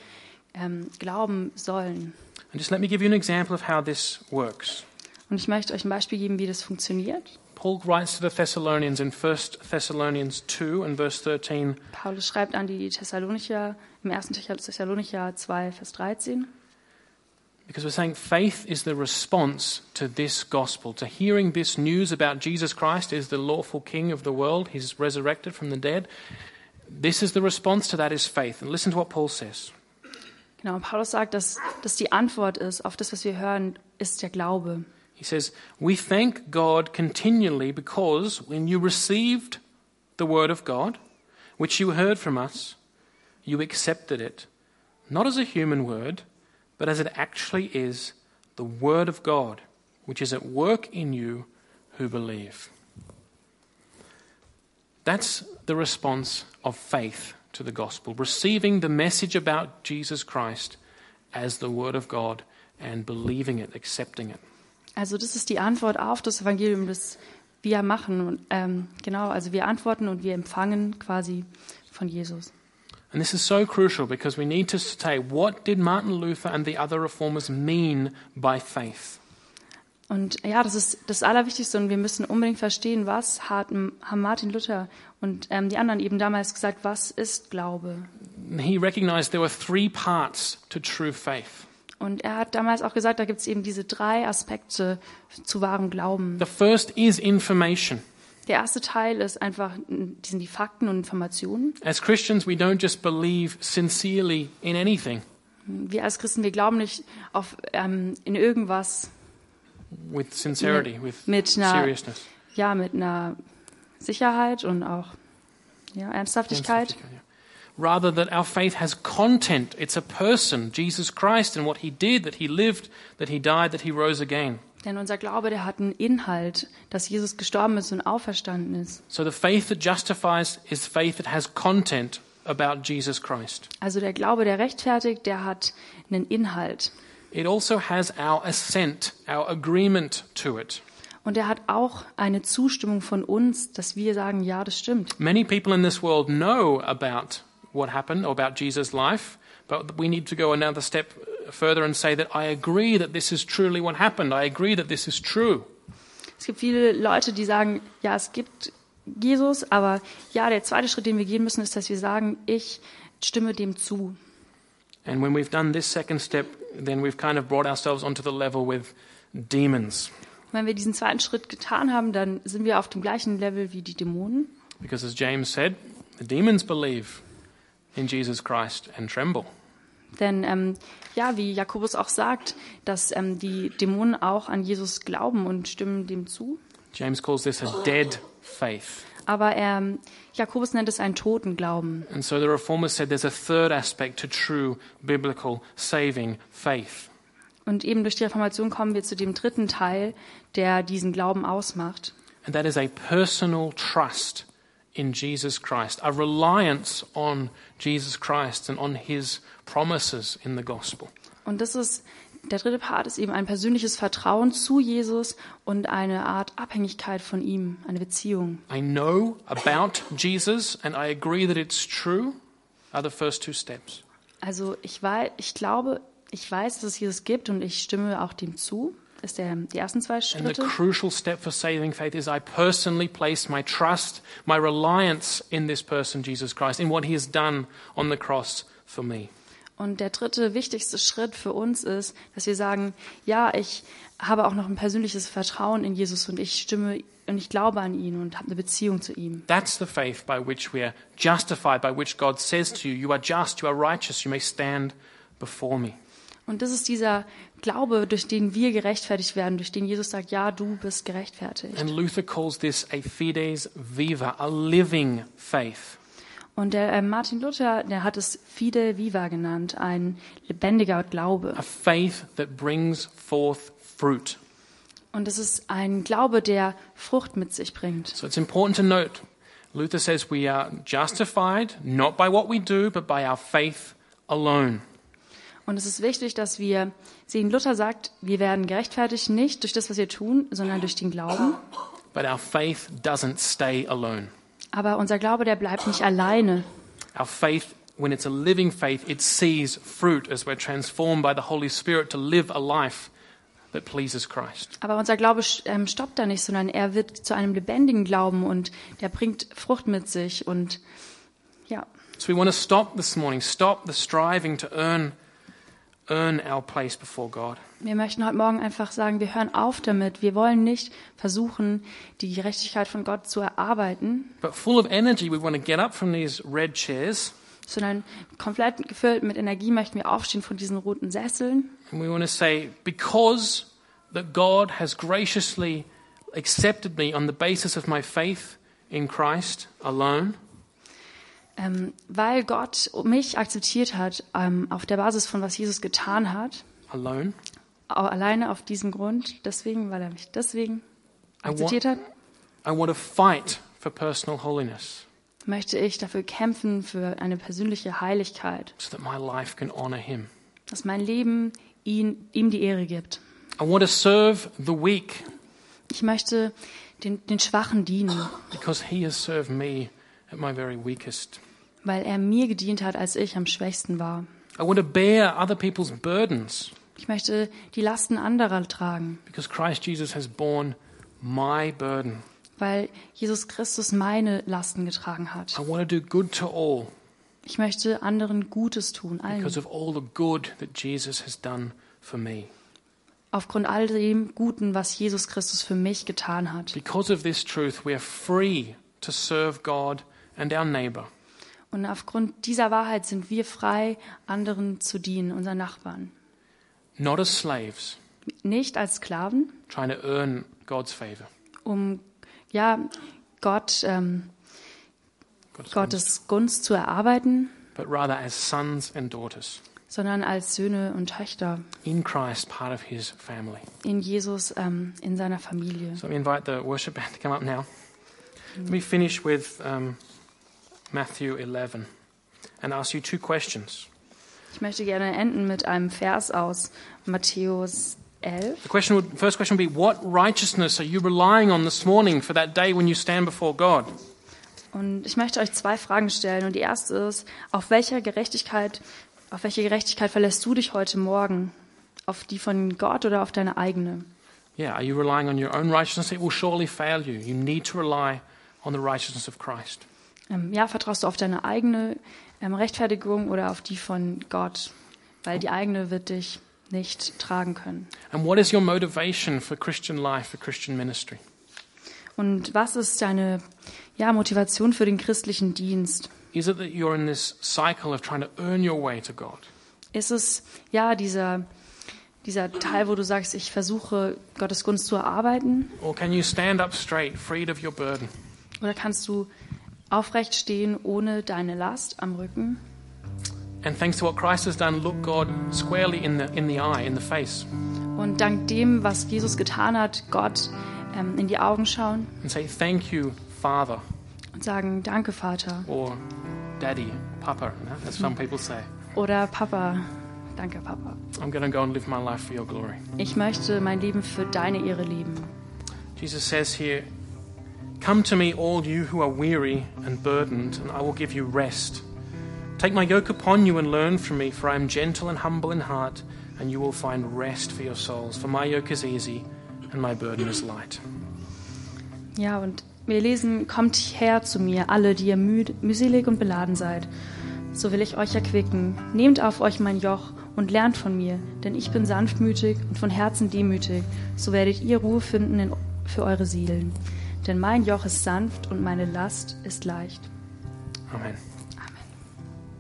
Speaker 2: ähm, glauben sollen.
Speaker 1: And just let me give you an example of how this works.
Speaker 2: Und ich möchte euch ein Beispiel geben, wie das funktioniert.
Speaker 1: Paul writes to the Thessalonians in 1 Thessalonians 2 and verse 13
Speaker 2: Paulus schreibt an die Thessalonicher im 1. Thessalonicher 2, Vers 13.
Speaker 1: because we're saying faith is the response to this gospel. To hearing this news about Jesus Christ is the lawful king of the world, he's resurrected from the dead. This is the response to that is faith. And listen to what Paul says.
Speaker 2: Genau, und Paulus sagt, dass, dass die Antwort ist auf das, was wir hören, ist der Glaube.
Speaker 1: He says, We thank God continually because when you received the word of God, which you heard from us, you accepted it, not as a human word, but as it actually is the word of God, which is at work in you who believe. That's the response of faith to the gospel, receiving the message about Jesus Christ as the word of God and believing it, accepting it.
Speaker 2: Also das ist die Antwort auf das Evangelium, das wir machen. Und, ähm, genau, also wir antworten und wir empfangen quasi von Jesus.
Speaker 1: And this is so crucial because we need to say what did Martin Luther and the other reformers mean by faith?
Speaker 2: Und ja, das ist das Allerwichtigste und wir müssen unbedingt verstehen, was hat, haben Martin Luther und ähm, die anderen eben damals gesagt, was ist Glaube?
Speaker 1: And He recognized there were three parts to true faith.
Speaker 2: Und er hat damals auch gesagt, da gibt es eben diese drei Aspekte zu wahrem Glauben.
Speaker 1: The first is information.
Speaker 2: Der erste Teil ist einfach, die sind die Fakten und Informationen.
Speaker 1: As Christians, we don't just believe sincerely in anything.
Speaker 2: Wir als Christen, wir glauben nicht auf, ähm, in irgendwas,
Speaker 1: With sincerity, with
Speaker 2: Mit einer-
Speaker 1: seriousness.
Speaker 2: ja, mit einer Sicherheit und auch ja, Ernsthaftigkeit,
Speaker 1: Rather, that our faith has content. It's a person, Jesus Christ, and what he did, that he lived, that he died, that he rose again.
Speaker 2: Denn unser Glaube, der hat einen Inhalt, dass Jesus gestorben ist und auferstanden ist.
Speaker 1: So the faith that justifies is faith that has content about Jesus Christ.
Speaker 2: Also der Glaube, der rechtfertigt, der hat einen Inhalt.
Speaker 1: It also has our assent, our agreement to it.
Speaker 2: Und er hat auch eine Zustimmung von uns, dass wir sagen, ja, das stimmt.
Speaker 1: Many people in this world know about what happened or about Jesus' life, but we need to go another step further and say that I agree that this is truly what happened. I agree that this is true.
Speaker 2: Es gibt viele Leute, die sagen, ja, es gibt Jesus, aber ja, der zweite Schritt, den wir gehen müssen, ist, dass wir sagen, ich stimme dem zu.
Speaker 1: And when we've done this second step, then we've kind of brought ourselves onto the level with demons.
Speaker 2: Und wenn wir diesen zweiten Schritt getan haben, dann sind wir auf dem gleichen Level wie die Dämonen.
Speaker 1: Because as James said, the demons believe in Jesus Christ and tremble.
Speaker 2: Denn ähm, ja, wie Jakobus auch sagt, dass ähm, die Dämonen auch an Jesus glauben und stimmen dem zu.
Speaker 1: James calls this a dead faith.
Speaker 2: Aber ähm, Jakobus nennt es einen toten Glauben.
Speaker 1: And so the reformers said there's a third aspect to true biblical saving faith.
Speaker 2: Und eben durch die Reformation kommen wir zu dem dritten Teil, der diesen Glauben ausmacht.
Speaker 1: and that is a personal trust in Jesus Christ, a reliance on Jesus Christ and on his promises in the gospel.
Speaker 2: Und das ist, der dritte Part ist eben ein persönliches Vertrauen zu Jesus und eine Art Abhängigkeit von ihm, eine Beziehung.
Speaker 1: I know about Jesus and I agree that it's true are the first two steps.
Speaker 2: Also ich weiß, ich glaube, ich weiß, dass es Jesus gibt und ich stimme auch dem zu. Das ist der, die ersten zwei
Speaker 1: And the
Speaker 2: Schritte.
Speaker 1: crucial step for saving faith is I personally place my trust, my reliance in this person, Jesus Christ, in what he has done on the cross for me.
Speaker 2: Und der dritte wichtigste Schritt für uns ist, dass wir sagen, ja, ich habe auch noch ein persönliches Vertrauen in Jesus und ich stimme und ich glaube an ihn und habe eine Beziehung zu ihm.
Speaker 1: That's the faith by which we are justified, by which God says to you, You are just, you are righteous, you may stand before me.
Speaker 2: Und das ist dieser Glaube, durch den wir gerechtfertigt werden, durch den Jesus sagt, ja, du bist gerechtfertigt.
Speaker 1: And Luther calls this a fides viva, a living faith.
Speaker 2: Und der äh, Martin Luther, der hat es Fide Viva genannt, ein lebendiger Glaube.
Speaker 1: A faith that brings forth fruit.
Speaker 2: Und es ist ein Glaube, der Frucht mit sich bringt.
Speaker 1: So it's important to note Luther says we are justified not by what we do, but by our faith alone.
Speaker 2: Und es ist wichtig, dass wir sehen, Luther sagt, wir werden gerechtfertigt nicht durch das, was wir tun, sondern durch den Glauben.
Speaker 1: But our faith doesn't stay alone.
Speaker 2: Aber unser Glaube, der bleibt nicht alleine.
Speaker 1: Our faith, when it's a living faith, it sees fruit as we're transformed by the Holy Spirit to live a life that pleases Christ.
Speaker 2: Aber unser Glaube ähm, stoppt da nicht, sondern er wird zu einem lebendigen Glauben und der bringt Frucht mit sich. Und ja,
Speaker 1: So we want to stop this morning, stop the striving to earn, earn our place before God.
Speaker 2: wir möchten heute Morgen einfach sagen, wir hören auf damit. Wir wollen nicht versuchen, die Gerechtigkeit von Gott zu erarbeiten,
Speaker 1: But full of energy, we want to get up from these red chairs
Speaker 2: sondern komplett gefüllt mit Energie möchten wir aufstehen von diesen roten Sesseln.
Speaker 1: and we want to say, because that God has graciously accepted me on the basis of my faith in Christ alone,
Speaker 2: Ähm, weil Gott mich akzeptiert hat, ähm, auf der Basis von was Jesus getan hat,
Speaker 1: alone,
Speaker 2: au- alleine auf diesem Grund, deswegen, weil er mich deswegen
Speaker 1: I want-
Speaker 2: akzeptiert hat,
Speaker 1: I want to fight for personal holiness
Speaker 2: möchte ich dafür kämpfen, für eine persönliche Heiligkeit,
Speaker 1: so that my life can honor Him.
Speaker 2: dass mein Leben ihn, ihm die Ehre gibt.
Speaker 1: I want to serve the weak
Speaker 2: Ich möchte den, den Schwachen dienen,
Speaker 1: because He has served me at my very weakest.
Speaker 2: weil er mir gedient hat, als ich am schwächsten war.
Speaker 1: I want to bear other people's burdens
Speaker 2: Ich möchte die Lasten anderer tragen,
Speaker 1: because Christ Jesus has borne my burden.
Speaker 2: weil Jesus Christus meine Lasten getragen
Speaker 1: I
Speaker 2: hat.
Speaker 1: want to do good to all
Speaker 2: Ich möchte anderen Gutes tun, allen,
Speaker 1: because of all the good that Jesus has done for me.
Speaker 2: aufgrund all dem Guten, was Jesus Christus für mich getan hat.
Speaker 1: Because of this truth, we are free to serve God and our neighbor.
Speaker 2: Und aufgrund dieser Wahrheit sind wir frei, anderen zu dienen, unseren Nachbarn.
Speaker 1: not as slaves,
Speaker 2: Nicht als Sklaven,
Speaker 1: trying to earn God's favor.
Speaker 2: um ja, Gott, ähm,
Speaker 1: God's
Speaker 2: Gottes Gunst zu erarbeiten,
Speaker 1: favor, But rather as sons and daughters
Speaker 2: sondern als Söhne und Töchter
Speaker 1: in Christ, part of his family.
Speaker 2: in Jesus, ähm, in seiner Familie.
Speaker 1: So let me invite the worship band to come up now. Let me finish with um, Matthew 11 and ask you two questions.
Speaker 2: Ich möchte gerne enden mit einem Vers aus Matthäus 11.
Speaker 1: The question would, first question would be What righteousness are you relying on this morning for that day when you stand before God?
Speaker 2: Und ich möchte euch zwei Fragen stellen. Und die erste ist, auf welcher Gerechtigkeit, auf welche Gerechtigkeit verlässt du dich heute Morgen? Auf die von Gott oder auf deine eigene?
Speaker 1: Yeah, are you relying on your own righteousness? It will surely fail you. You need to rely on the righteousness of Christ.
Speaker 2: Ähm, ja, vertraust du auf deine eigene ähm, Rechtfertigung oder auf die von Gott? Weil die eigene wird dich nicht tragen können.
Speaker 1: And what is your motivation for Christian life, for Christian ministry?
Speaker 2: Und was ist deine ja, Motivation für den christlichen Dienst?
Speaker 1: Is it that you're in this cycle of trying to earn your way to God?
Speaker 2: Ist es ja dieser, dieser Teil, wo du sagst, ich versuche Gottes Gunst zu erarbeiten?
Speaker 1: Or can you stand up straight, freed of your burden?
Speaker 2: Oder kannst du aufrecht stehen ohne deine Last am Rücken?
Speaker 1: And thanks to what Christ has done, look God squarely in the, in the eye, in the face,
Speaker 2: Und dank dem, was Jesus getan hat, Gott ähm, in die Augen schauen
Speaker 1: and say, Thank you, Father,
Speaker 2: und sagen, danke Vater
Speaker 1: or Daddy, Papa, you know, as some people say.
Speaker 2: oder Papa, danke Papa.
Speaker 1: I'm going to go and live my life for your glory.
Speaker 2: Ich möchte mein Leben für deine Ehre leben.
Speaker 1: Jesus says here, Come to me, all you who are weary and burdened, and I will give you rest. Take my yoke upon you and learn from me, for I am gentle and humble in heart, and you will find rest for your souls. For my yoke is easy and my burden is light.
Speaker 2: Ja, und wir lesen, kommt her zu mir, alle, die ihr müd, mühselig und beladen seid. So will ich euch erquicken. Nehmt auf euch mein Joch und lernt von mir, denn ich bin sanftmütig und von Herzen demütig. So werdet ihr Ruhe finden in, für eure Seelen. Denn mein Joch ist sanft und meine Last ist leicht.
Speaker 1: Amen.